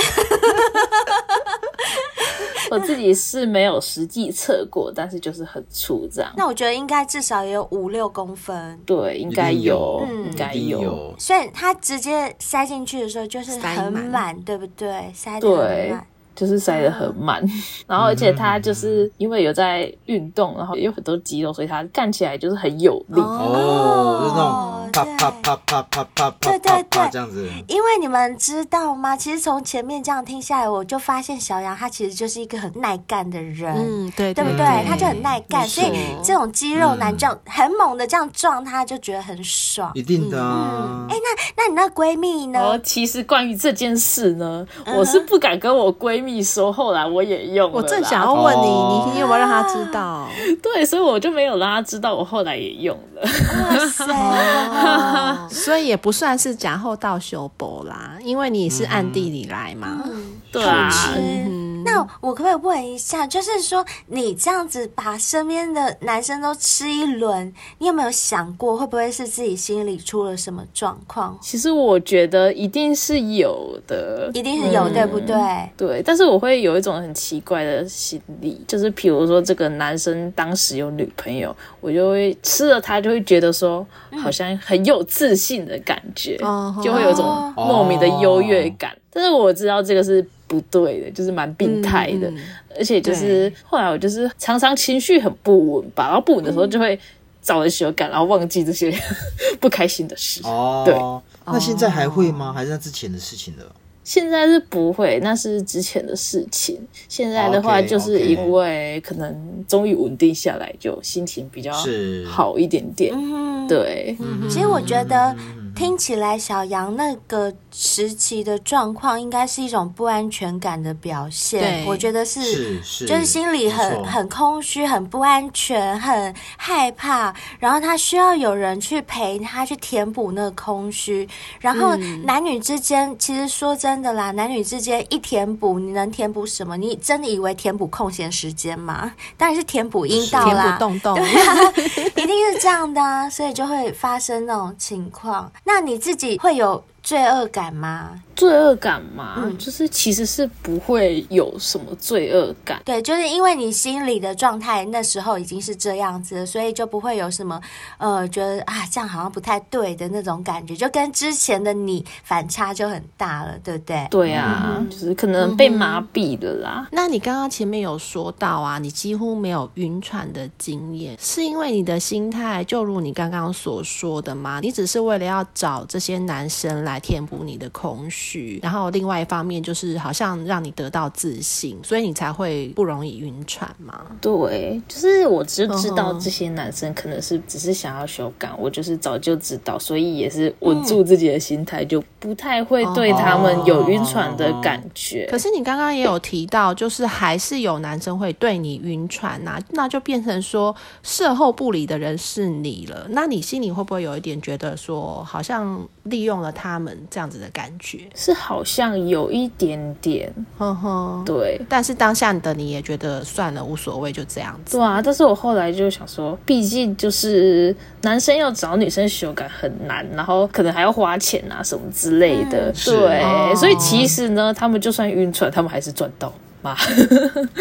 我自己是没有实际测过，但是就是很粗这样。
那我觉得应该至少也有五六公分。
对，应该
一
嗯
定有
应
一
该
定
有。
有，
所以它直接塞进去的时候就是
塞
很
满
满，对不对？塞的很
对
嗯
满。，
就是塞得很满， 然后而且他就是因为有在运动，然后有很多肌肉，所以他干起来就是很有力。
哦，就是
哦
那种啪
对
啪啪啪啪啪啪啪
对对
啪
对
这样子，
因为你们知道吗？其实从前面这样听下来，我就发现小杨他其实就是一个很耐干的人，
嗯，对
对不对？
对？
他就很耐干，
没
所以
错
这种肌肉男
嗯
这样、很猛的这样撞他，就觉得很爽
嗯
一。定的
嗯
啊。
哎那你那闺蜜
然后
呢？
其实关于这件事呢，
嗯
我是不敢跟我闺蜜说，后来我也用了
我
啦。
正想要问你，
哦
你你有没有让他知 道？
对，所以我就没有让她知道，我后来也用了。
哇塞！
哦，所以也不算是假后到修补啦，因为你是暗地里来嘛。
对啊，
嗯，那我可不可以问一下，就是说你这样子把身边的男生都吃一轮，你有没有想过会不会是自己心里出了什么状况？
其实我觉得一定是有的，
一定是有，
嗯
对不对？
对，但是我会有一种很奇怪的心理，就是比如说这个男生当时有女朋友，我就会吃了他，就会觉得说好像很有自信的感觉，
嗯哦
就会有一种莫名的优越感。但是我知道这个是不对的，就是蛮病态的，
嗯嗯
而且就是后来我就是常常情绪很不稳吧，然后不稳的
嗯
时候就会找人修改，然后忘记这些 不开心的事。
哦，那现在还会吗？还是那之前的事情了？
现在是不会，那是之前的事情。现在的话，
OK，OK
就是因为可能终于稳定下来，就心情比较
是
好一点点。
嗯，。
对，
其实我觉得
嗯
听起来小杨那个时期的状况，应该是一种不安全感的表现。
对
我觉得是
嗯是是，
就是心里
没错
很很空虚、很不安全、很害怕，然后他需要有人去陪他去填补那个空虚。然后
嗯
男女之间，其实说真的啦，男女之间一填补，你能填补什么？你真的以为填补空闲时间吗？当然是填补阴道
填
啦
补，洞洞。
一定是这样的啊，所以就会发生那种情况。那你自己会有罪恶感吗？
罪恶感嘛，
嗯
就是其实是不会有什么罪恶感。
对，就是因为你心里的状态那时候已经是这样子了，所以就不会有什么呃觉得啊这样好像不太对的那种感觉，就跟之前的你反差就很大了，对不对？
对啊，
嗯
就是可能被麻痹了
嗯
啦。
那你刚刚前面有说到啊，你几乎没有晕船的经验，是因为你的心态就如你刚刚所说的吗？你只是为了要找这些男生来填补你的空虚，然后另外一方面就是好像让你得到自信，所以你才会不容易晕船嘛。
对，就是我只知道
嗯哼
这些男生可能是只是想要修改，我就是早就知道，所以也是稳
嗯
住自己的心态，就不太会对
哦
他们有晕船
哦
的感觉。
可是你刚刚也有提到，就是还是有男生会对你晕船呐、那就变成说事后不理的人是你了。那你心里会不会有一点觉得说，好像利用了他们这样子的感觉？
是好像有一点点，
哼哼，
对，
但是当下的你也觉得算了，无所谓，就这样子。
对啊，但是我后来就想说，毕竟就是男生要找女生修改很难，然后可能还要花钱啊什么之类的，
是
对，
哦
所以其实呢，他们就算晕船，他们还是赚到嘛，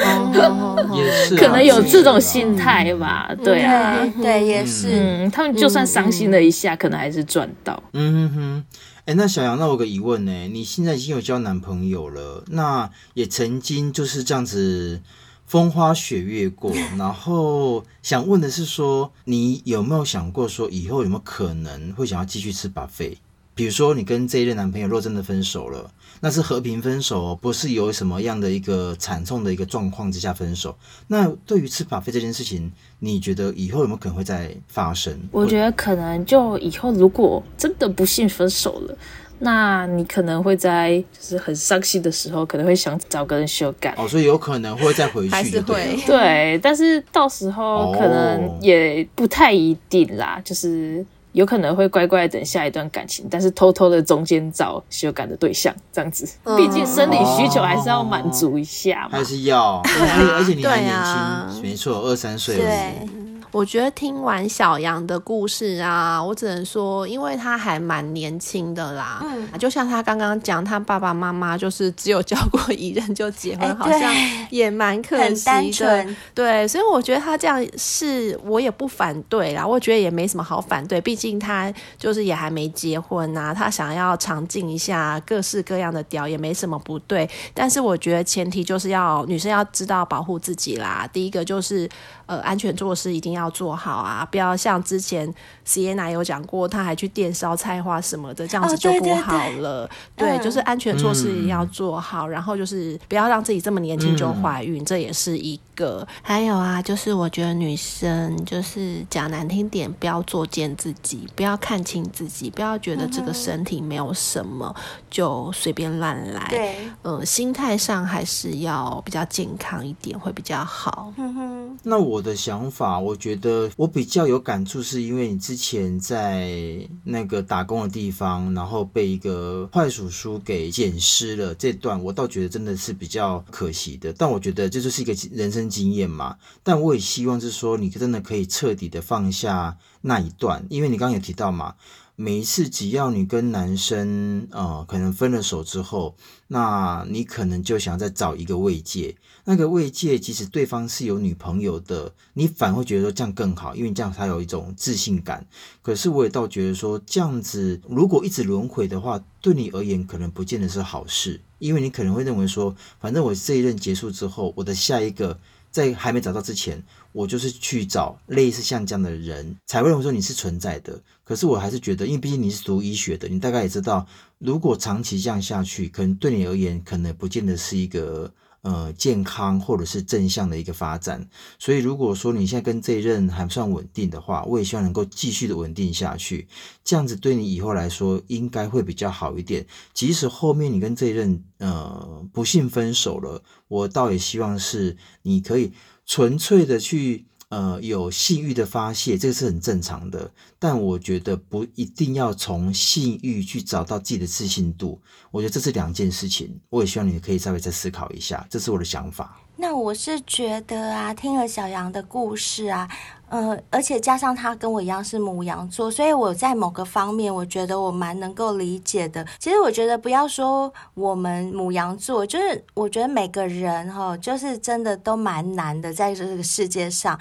也是啊
可能有这种
也
心
是啊
态吧，对啊，
对对，也是。
嗯，他们就算伤心了一下，可能还是赚到。
嗯哼哼，哎，那小杨，那我有个疑问呢，你现在已经有交男朋友了，那也曾经就是这样子风花雪月 过，然后想问的是说，你有没有想过说，以后有没有可能会想要继续吃 buffet？比如说，你跟这一任男朋友若真的分手了，那是和平分手哦，不是有什么样的一个惨痛的一个状况之下分手。那对于吃 buffet 这件事情，你觉得以后有没有可能会再发生？
我觉得可能就以后如果真的不幸分手了，那你可能会在就是很伤心的时候，可能会想找个人修改。
哦，所以有可能会再回去，
还是会。
对，但是到时候可
哦
能也不太一定啦，就是有可能会乖乖地等下一段感情，但是偷偷的中间找修改的对象，这样子，毕竟生理需求还是要满足一下
哦
嘛
还。是要， 而且而且你还
对
年
啊
轻，没错，二三岁而
对
已。，
我觉得听完小杨的故事啊，我只能说，因为他还蛮年轻的啦。
嗯
就像他刚刚讲，他爸爸妈妈就是只有交过一任就结婚，
哎
好
对
像也蛮可
很
惜
单
的。
纯，
对，所以我觉得他这样是我也不反对啦，我觉得也没什么好反对，毕竟他就是也还没结婚呐、他想要尝尽一下各式各样的屌也没什么不对。但是我觉得前提就是要女生要知道保护自己啦，第一个就是呃安全措施一定要做好啊，不要像之前 Sienna 有讲过，她还去电烧菜花什么的，这样
哦
子就
对
不
对
好
对
了。
嗯
就是安全措施一定要做好，然后就是不要让自己这么年轻就怀孕，这也是一个。还有啊，就是我觉得女生就是讲难听点，不要作践自己，不要看清自己，不要觉得这
嗯
个身体没有什么、就随便乱来。
对，
嗯，心态上还是要比较健康一点，会比较好。
嗯哼，
那我的想法，我觉得我比较有感触，是因为你之前在那个打工的地方，然后被一个坏叔叔给捡尸了。这段我倒觉得真的是比较可惜的，但我觉得这就是一个人生经验嘛。但我也希望是说，你真的可以彻底的放下那一段，因为你刚刚有提到嘛，每一次只要你跟男生呃可能分了手之后，那你可能就想再找一个慰藉。那个慰藉，即使对方是有女朋友的，你反而会觉得说这样更好，因为这样才有一种自信感。可是我也倒觉得说，这样子如果一直轮回的话，对你而言可能不见得是好事，因为你可能会认为说，反正我这一任结束之后，我的下一个在还没找到之前，我就是去找类似像这样的人，才会认为说你是存在的。可是我还是觉得，因为毕竟你是读医学的，你大概也知道，如果长期这样下去，可能对你而言，可能不见得是一个呃健康或者是正向的一个发展。所以如果说你现在跟这一任还算稳定的话，我也希望能够继续的稳定下去，这样子对你以后来说应该会比较好一点。即使后面你跟这一任呃不幸分手了，我倒也希望是你可以纯粹的去。呃，有性欲的发泄，这个是很正常的，但我觉得不一定要从性欲去找到自己的自信度，我觉得这是两件事情。我也希望你可以稍微再思考一下，这是我的想法。
那我是觉得啊，听了小杨的故事啊，呃，而且加上他跟我一样是母羊座，所以我在某个方面，我觉得我蛮能够理解的。其实我觉得不要说我们母羊座，就是我觉得每个人哈，就是真的都蛮难的，在这个世界上，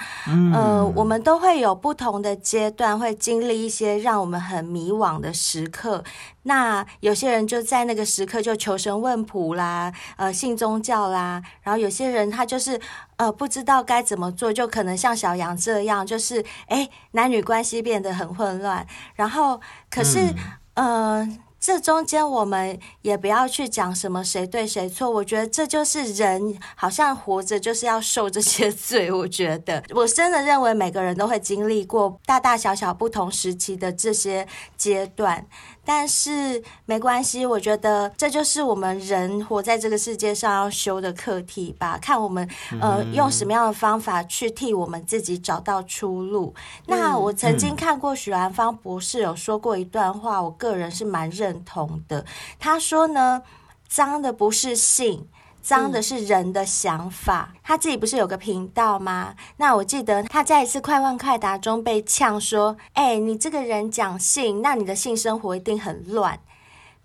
呃，我们都会有不同的阶段，会经历一些让我们很迷惘的时刻。那有些人就在那个时刻就求神问卜啦，呃，信宗教啦，然后有些人他就是呃不知道该怎么做，就可能像小杨这样，就是哎男女关系变得很混乱。然后可是、呃这中间我们也不要去讲什么谁对谁错，我觉得这就是人好像活着就是要受这些罪。我觉得 我真的认为每个人都会经历过大大小小不同时期的这些阶段。但是没关系，我觉得这就是我们人活在这个世界上要修的课题吧。看我们呃用什么样的方法去替我们自己找到出路。那我曾经看过许兰芳博士有说过一段话，我个人是蛮认同的。他说呢，脏的不是性。脏的是人的想法。他自己不是有个频道吗？那我记得他在一次快问快答中被呛说：“哎、你这个人讲性，那你的性生活一定很乱。”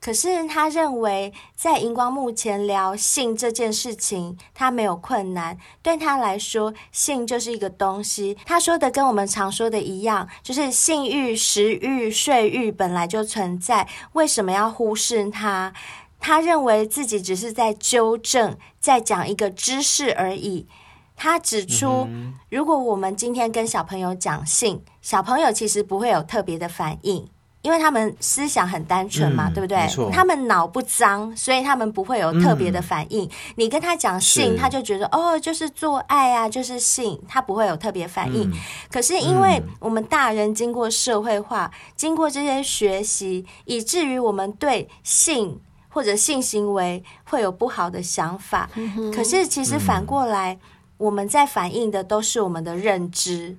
可是他认为，在荧光幕前聊性这件事情，他没有困难。对他来说，性就是一个东西。他说的跟我们常说的一样，就是性欲、食欲、睡欲本来就存在，为什么要忽视它？他认为自己只是在纠正，在讲一个知识而已。他指出，
嗯
如果我们今天跟小朋友讲性，小朋友其实不会有特别的反应，因为他们思想很单纯嘛，
嗯
对不
没错
对？他们脑不脏，所以他们不会有特别的反应。你跟他讲
嗯
性，
是
他就觉得哦，就是做爱啊，就是性，他不会有特别反应。
嗯
可是因为我们大人经过社会化，经过这些学习，以至于我们对性或者性行为会有不好的想法。
嗯
可是其实反过来，我们在反映的都是我们的认知。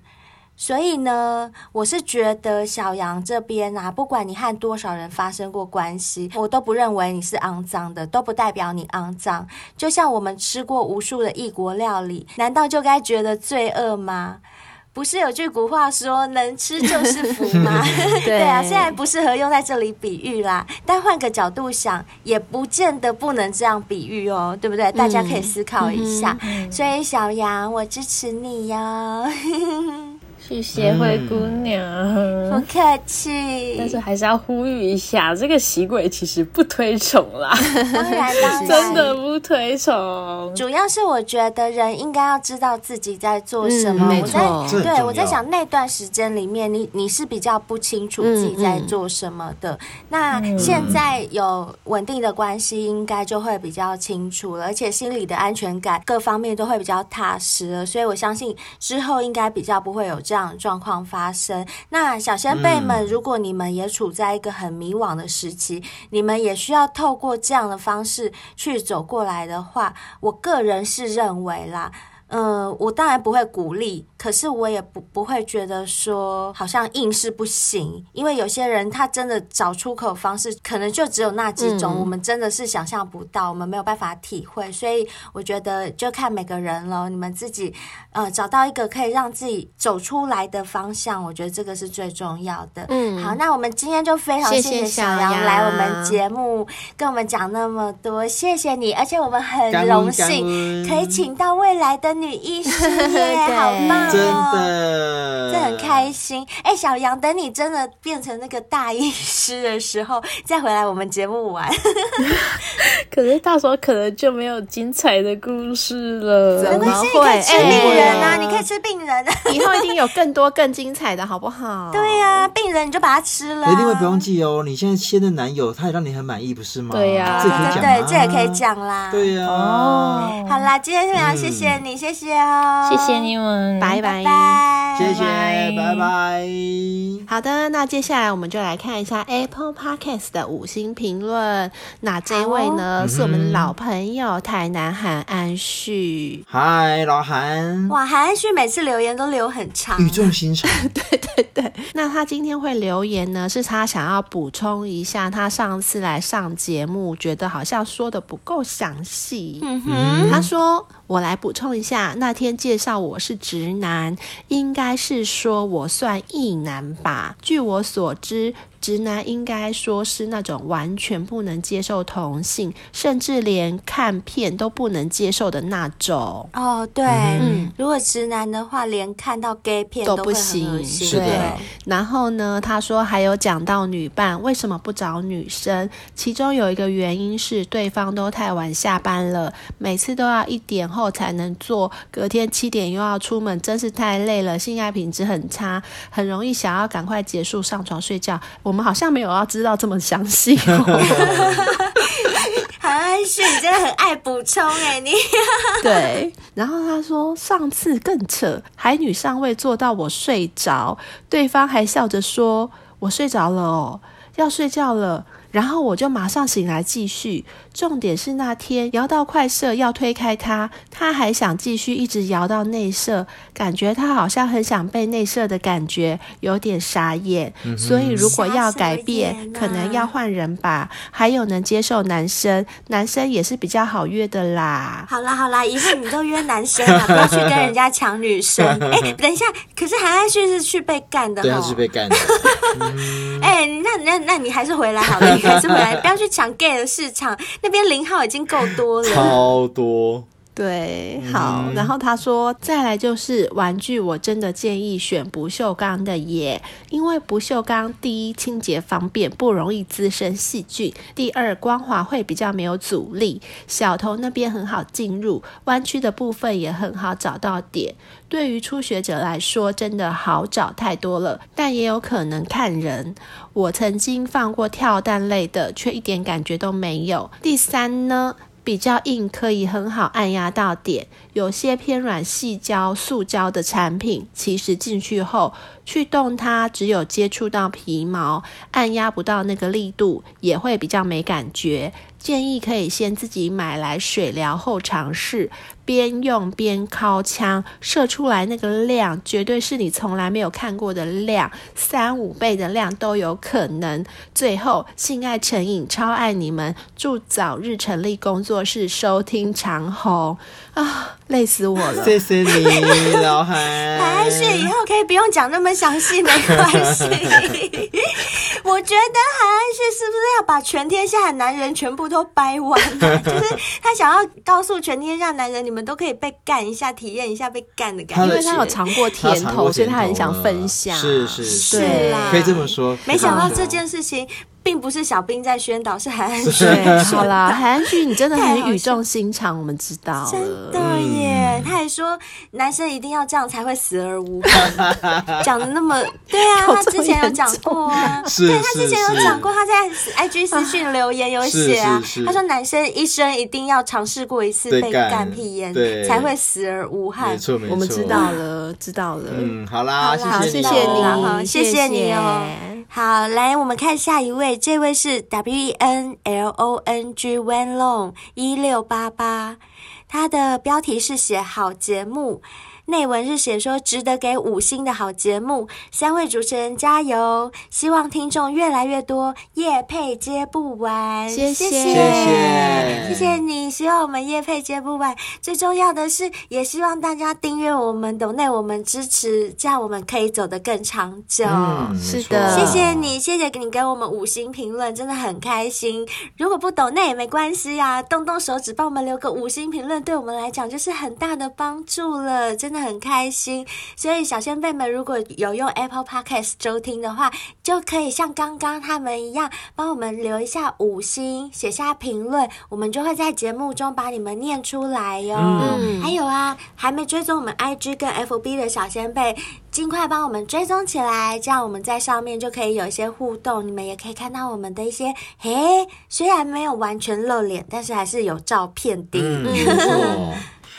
所以呢，我是觉得小杨这边啊，不管你和多少人发生过关系，我都不认为你是肮脏的，都不代表你肮脏。就像我们吃过无数的异国料理，难道就该觉得罪恶吗？不是有句古话说“能吃就是福”吗？对啊，虽然不适合用在这里比喻啦，但换个角度想，也不见得不能这样比喻哦，对不对？大家可以思考一下。所以小杨，我支持你哟、
谢谢灰姑
嗯
娘。嗯
不客气。
但是还是要呼吁一下，这个喜鬼其实不推崇 啦，
当然，当然，
真的不推崇。
主要是我觉得人应该要知道自己在做什么。
嗯没
呃我在
错
这很重
对
要
我在想那段时间里面，你你是比较不清楚自己在做什么的。
嗯
那现在有稳定的关系，应该就会比较清楚了，而且心里的安全感各方面都会比较踏实了。所以我相信之后应该比较不会有这样的状况发生。那小先辈们，
嗯
如果你们也处在一个很迷惘的时期，你们也需要透过这样的方式去走过来的话，我个人是认为啦。嗯，我当然不会鼓励，可是我也不不会觉得说好像硬是不行，因为有些人他真的找出口方式，可能就只有那几种，
嗯
我们真的是想象不到，我们没有办法体会，所以我觉得就看每个人咯，你们自己呃找到一个可以让自己走出来的方向，我觉得这个是最重要的。
嗯
好，那我们今天就非常
谢
谢
谢
谢小
小
杨
杨
来我们节目跟我们讲那么多，谢谢你，而且我们很
感恩
荣
感
幸
恩
可以请到未来的女医师耶，
对
好棒哦！
真的，
这很开心。哎、小杨，等你真的变成那个大医师的时候，再回来我们节目玩。
可是到时候可能就没有精彩的故事
怎
了
么。
没关系，你可
会
以吃病人啊，
哎
你可以吃病人。
以后一定有更多更精彩的，好不好？
对呀、病人你就把它吃了、
哎，
啊。
另外不用记哦，你现在现任男友他也让你很满意，不是吗？
对呀
这也可以
对
讲
对
啊，
这也可以。讲啦。
对嗯呀、
哦，
好啦，今天非常谢谢你，谢谢哦，
谢谢，你们，
拜拜。
拜拜，
谢谢，
拜拜
拜拜。
好的，那接下来我们就来看一下 Apple Podcast 的五星评论。那这位呢，是我们老朋友台南韩安旭。
嗨，老韩，
哇，韩安旭每次留言都留很长，
语重心 长，
那他今天会留言呢，是他想要补充一下，他上次来上节目，觉得好像说的不够详细。
嗯哼，
他说：“我来补充一下，那天介绍我是直男，应该是说我算异男吧。据我所知，直男应该说是那种完全不能接受同性，甚至连看片都不能接受的那种。
哦，对，
嗯
如果直男的话，连看到 gay 片
都
会
不
很恶
行
心
是
对
的，
然后呢，他说还有讲到女伴为什么不找女生，其中有一个原因是对方都太晚下班了，每次都要一点后才能做，隔天七点又要出门，真是太累了，性爱品质很差，很容易想要赶快结束上床睡觉。我们好像没有要知道这么详细、哦，
韩安旭你真的很爱补充哎，你
对。然后他说上次更扯，海女上位做到我睡着，对方还笑着说我睡着了哦，要睡觉了。然后我就马上醒来继续。重点是那天摇到快射要推开他，他还想继续一直摇到内射，感觉他好像很想被内射的感觉，有点傻眼。所以如果要改
傻傻眼
变，
啊
可能要换人吧。还有能接受男生，男生也是比较好约的啦。
好啦好啦，以后你都约男生 啊，不要去跟人家抢女生。哎、等一下，可是韩安旭是去被干的
对，他
哈
是。被干的。
哎、那那那你还是回来好了，你还是回来，不要去抢 gay 的市场，那边零号已经够多 了。
超多，
对，好。然后他说，再来就是玩具，我真的建议选不锈钢的耶，因为不锈钢第一清洁方便，不容易滋生细菌；第二光滑会比较没有阻力，小头那边很好进入，弯曲的部分也很好找到点。对于初学者来说，真的好找太多了，但也有可能看人。我曾经放过跳蛋类的，却一点感觉都没有。第三呢？比较硬，可以很好按压到点。有些偏软细胶、塑胶的产品，其实进去后去动它，只有接触到皮毛，按压不到那个力度，也会比较没感觉。建议可以先自己买来水疗后尝试，边用边敲枪，射出来那个量绝对是你从来没有看过的量，三五倍的量都有可能。最后，性爱成瘾，超爱你们，祝早日成立工作室，收听长虹啊，累死我了。
谢谢你，老 韩。
韩安旭以后可以不用讲那么详 细，没关系。 我觉得韩安旭是不是要把全天下的男人全部都掰弯啊、 就是他想要告诉全天下男人，你们都可以被干一下，体验一下被干的感
他
因
的
为
觉。
他有尝过
他
甜
尝
头，
过
所以他
甜
很
头
想
了
分享。啊
是是是
对
啦
可以这么说。可以
没想
么
到
说
这件事情并不是小兵在宣导，是韩安
啊
旭在
对，
宣
好啦，
导
海安旭，你真的
太好
很语
笑
重心长，我们知道了。
真的
嗯
耶！他还说男生一定要这样才会死而无 憾，讲的那么对啊，
有
他
这么
之前有
严
讲过啊，
是
对他之
是
前有
是
讲过，他在 IG 私讯留言有写啊
是是，是
他说男生一生一定要尝试过一次
被
被
干
干屁眼
对，
才会死而无憾
没。错没错，
我们知道。了，知道了。
嗯，好啦，
好啦
谢
谢
谢
知道了
你，
谢谢你哦
谢谢。
好，来我们看下一位，这位是 W E N L O N G Wen Long 一六八八，他的标题是写好节目。内文是写说值得给五星的好节目，三位主持人加油！希望听众越来越多，夜配接不完。
谢谢
谢
谢
谢
谢谢你，希望我们夜配接不完。最重要的是，也希望大家订阅我们，抖内我们支持，这样我们可以走得更长久。
嗯，没
是
错
的
谢谢你，谢谢你给我们五星评啊论，真的很开心。如果不懂那也没关系呀、动动手指帮我们留个五星评论，的对我们来讲就是很大的帮助了，真的很开心。所以小先辈们如果有用 Apple Podcast 收听的话，就可以像刚刚他们一样，帮我们留一下五星，写下评论，我们就会在节目中把你们念出来哦哟。
嗯
还有啊，还没追踪我们 IG 跟 FB 的小先辈，尽快帮我们追踪起来，这样我们在上面就可以有一些互动，你们也可以看到我们的一些，嘿，虽然没有完全露脸，但是还是有照片的。
嗯，没错。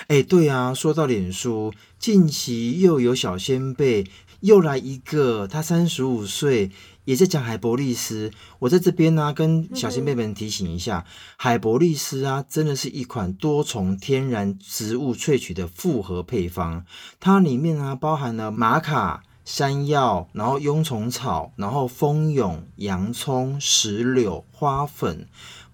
哎，对啊，说到脸书，近期又有小先辈又来一个，他三十五岁，也在讲海博利斯。我在这边呢、跟小先辈们提醒一下，海博利斯啊，真的是一款多重天然植物萃取的复合配方，它里面呢、包含了玛卡。山药，然后蛹虫草，然后蜂蛹、洋葱、石榴、花粉、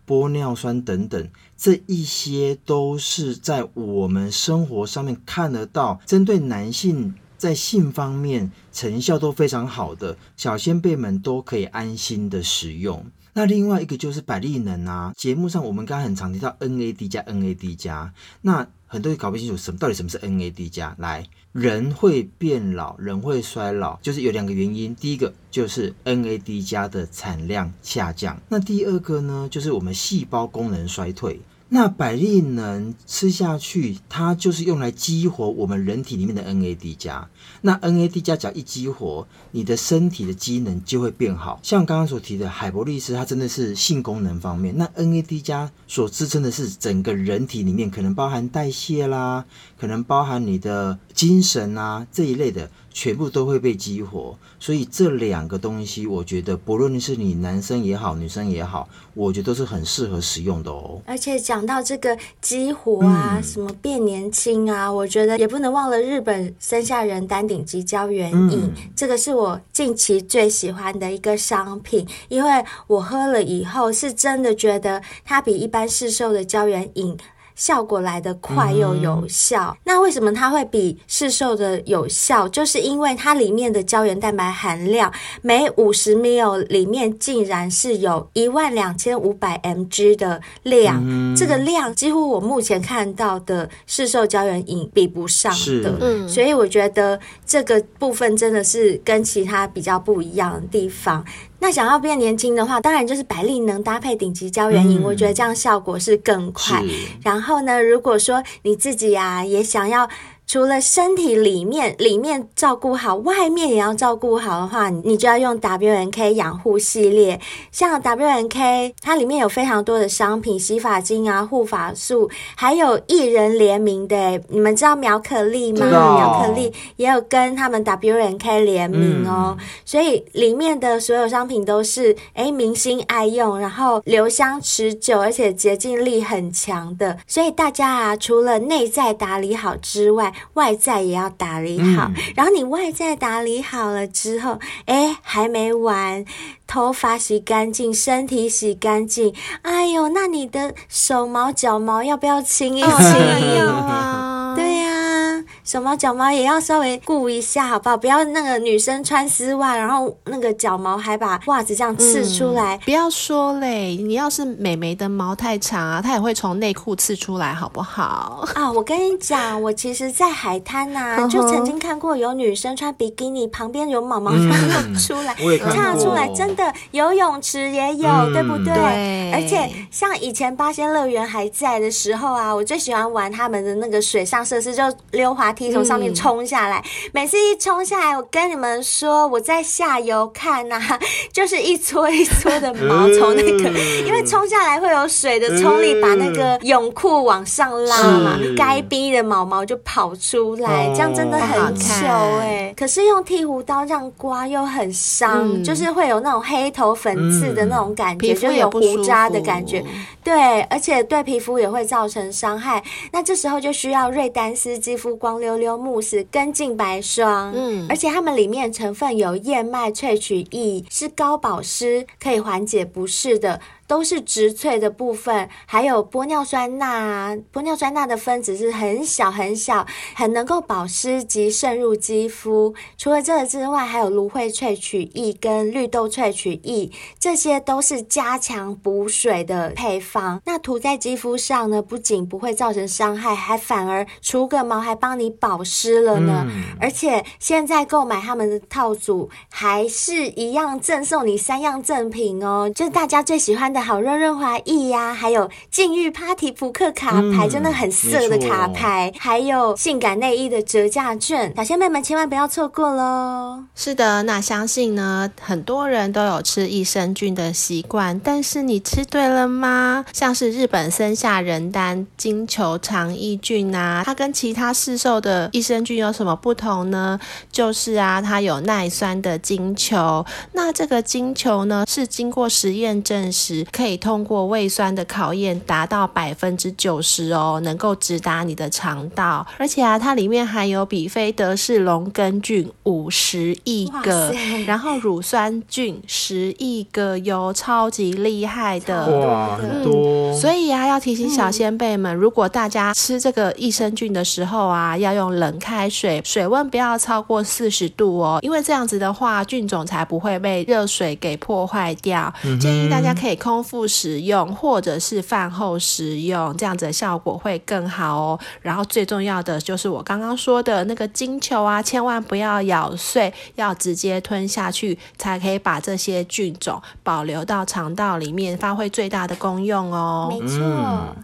玻尿酸等等，这一些都是在我们生活上面看得到，针对男性在性方面成效都非常好的，小先辈们都可以安心的使用。那另外一个就是百利能啊，节目上我们刚刚很常提到 NAD 加 NAD 加，那很多人搞不清楚什么到底什么是 NAD 加。来，人会变老，人会衰老，就是有两个原因。第一个就是 NAD 加的产量下降，那第二个呢，就是我们细胞功能衰退。那百利能吃下去，它就是用来激活我们人体里面的 NAD 加。那 NAD 加只要一激活，你的身体的机能就会变好。像刚刚所提的海博利斯，它真的是性功能方面。那 NAD 加所支撑的是整个人体里面，可能包含代谢啦，可能包含你的精神啊这一类的，全部都会被激活。所以这两个东西，我觉得不论是你男生也好，女生也好，我觉得都是很适合使用的哦。
而且讲到这个激活啊，
嗯
什么变年轻啊，我觉得也不能忘了日本生下人丹顶级胶原饮，
嗯
这个是我近期最喜欢的一个商品，因为我喝了以后是真的觉得它比一般市售的胶原饮。效果来得快又
嗯
有效，那为什么它会比市售的有效？就是因为它里面的胶原蛋白含量每五十 ml 里面竟然是有一万两千五百 mg 的量，
嗯
这个量几乎我目前看到的市售胶原饮比不上
是
的。所以我觉得这个部分真的是跟其他比较不一样的地方。那想要变年轻的话，当然就是百利能搭配顶级胶原饮，
嗯
我觉得这样效果是更快。
是，
然后呢，如果说你自己呀、也想要除了身体里面里面照顾好，外面也要照顾好的话，你就要用 WNK 养护系列。像 WNK 它里面有非常多的商品，洗发精啊、护发素，还有艺人联名的诶。你们知道苗可丽吗？
知道
苗可丽也有跟他们 WNK 联名哦。
嗯
所以里面的所有商品都是哎明星爱用，然后留香持久，而且洁净力很强的。所以大家啊，除了内在打理好之外，外在也要打理好。
嗯
然后你外在打理好了之后，哎，还没完。头发洗干净，身体洗干净。哎呦，那你的手毛、脚毛要不要清一清？
啊，
对呀、手毛脚毛也要稍微顾一下，好不好？不要那个女生穿丝袜，然后那个脚毛还把袜子这样刺出来。
不要说嘞，你要是美眉的毛太长啊，她也会从内裤刺出来，好不好？
啊，我跟你讲，我其实，在海滩 呐、
嗯哼
就曾经看过有女生穿比基尼，旁边有毛毛
嗯
露出来，
我也看
岔出来，
过
真的游泳池也有，
嗯
对不对？
对
而且像以前八仙乐园还在的时候啊，我最喜欢玩他们的那个水上设施，就溜滑梯从上面
嗯
冲下来。每次一冲下来，我跟你们说，我在下游看呐、 就是一撮一撮的毛从那个，
嗯
因为冲下来会有水的冲力把那个泳裤往上拉嘛
是，
该逼的毛毛就跑出来，
哦
这样真的很糗
好看
哎、可是用剃胡刀这样刮又很伤，
嗯
就是会有那种黑头粉刺的那种感觉，
皮肤
就
也
有
不舒
胡
服
渣的感觉。对，而且对皮肤也会造成伤害。那这时候就需要瑞丹丝肌肤光溜溜慕斯跟净白霜，
嗯
而且它们里面成分有燕麦萃取液，是高保湿，可以缓解不适的。都是植萃的部分，还有玻尿酸钠啊，玻尿酸钠的分子是很小很小，很能够保湿及渗入肌肤。除了这个之外，还有芦荟萃取液跟绿豆萃取液，这些都是加强补水的配方。那涂在肌肤上呢，不仅不会造成伤害，还反而除个毛还帮你保湿了
嗯
呢。而且现在购买他们的套组，还是一样赠送你三样赠品哦，就是大家最喜欢的好润润滑液呀、还有禁欲 Party 扑克卡牌，
嗯
真的很色的卡牌，还有性感内衣的折价券，小仙妹们千万不要错过喽！
是的，那相信呢，很多人都有吃益生菌的习惯，但是你吃对了吗？像是日本森下仁丹金球肠益菌啊，它跟其他市售的益生菌有什么不同呢？就是啊，它有耐酸的金球，那这个金球呢是经过实验证实，可以通过胃酸的考验达到百分之九十哦，能够直达你的肠道，而且啊，它里面含有比菲德氏龙根菌五十亿
哇
个
塞，
然后乳酸菌十亿个哟，超级厉害的。
嗯
哦
哇，很多，
所以啊，要提醒小先辈们，如果大家吃这个益生菌的时候啊，要用冷开水，水温不要超过四十度哦，因为这样子的话，菌种才不会被热水给破坏掉。建议大家可以空腹食用，或者是饭后食用，这样子的效果会更好哦。然后最重要的就是我刚刚说的那个金球啊，千万不要咬碎，要直接吞下去，才可以把这些菌种保留到肠道里面，发挥最大的功用哦。
没错，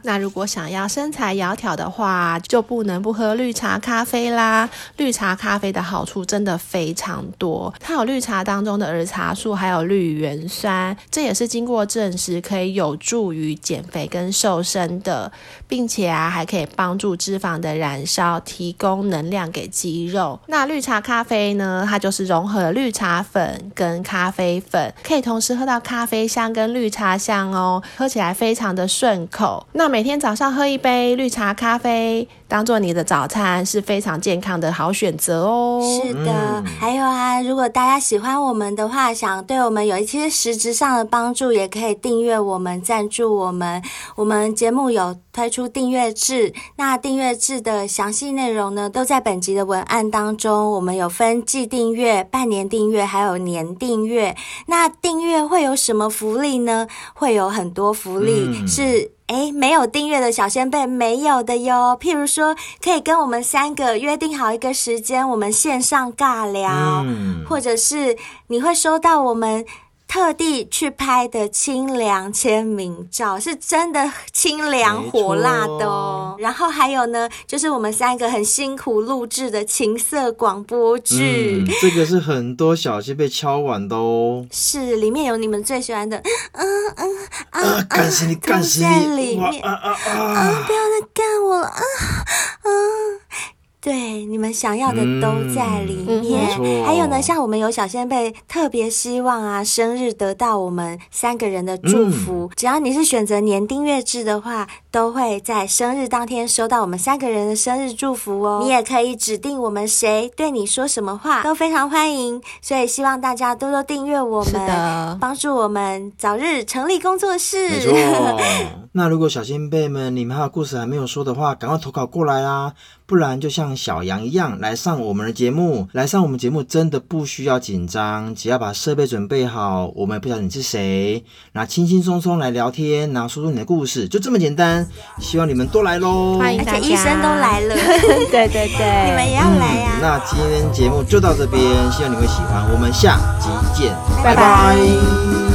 那如果想要身材窈窕的话，就不能不喝绿茶咖啡啦。绿茶咖啡的好处真的非常多，它有绿茶当中的儿茶素，还有绿原酸，这也是经过证实可以有助于减肥跟瘦身的，并且啊还可以帮助脂肪的燃烧，提供能量给肌肉。那绿茶咖啡呢，它就是融合了绿茶粉跟咖啡粉，可以同时喝到咖啡香跟绿茶香哦，喝起来非常的顺口。那每天早上喝一杯绿茶咖啡，当做你的早餐是非常健康的好选择哦。
是的，还有啊，如果大家喜欢我们的话，想对我们有一些实质上的帮助，也可以订阅我们、赞助我们。我们节目有推出订阅制，那订阅制的详细内容呢，都在本集的文案当中。我们有分季订阅、半年订阅，还有年订阅。那订阅会有什么福利呢？会有很多福利、
嗯
是。诶，没有订阅的小先辈没有的哟。譬如说，可以跟我们三个约定好一个时间，我们线上尬聊，
嗯，
或者是你会收到我们特地去拍的清凉签名照，是真的清凉火辣的哦。然后还有呢，就是我们三个很辛苦录制的情色广播剧。
嗯，这个是很多小鸡被敲碗的哦。
是，里面有你们最喜欢的，
啊，干死你，干死
都在呃里
你！哇
面
啊啊啊！
不要再干我了啊啊！对，你们想要的都在里面
嗯。没错
还有呢，像我们有小先辈特别希望啊，生日得到我们三个人的祝
嗯
福。只要你是选择年订阅制的话，都会在生日当天收到我们三个人的生日祝福哦。你也可以指定我们谁对你说什么话，都非常欢迎。所以希望大家多多订阅我
是
们，
的，
帮助我们早日成立工作室。
没错。 那如果小先辈们，你们还有故事还没有说的话，赶快投稿过来啦！不然就像小杨一样来上我们的节目，来上我们节目真的不需要紧张，只要把设备准备好，我们也不晓得你是谁，然后轻轻松松来聊天，然后说说你的故事，就这么简单。希望你们都来喽！
欢迎
而
大家。
且医生都来 了，
对对对，
你们也要来呀、
那今天节目就到这边，希望你会喜欢，我们下集见，拜
拜
拜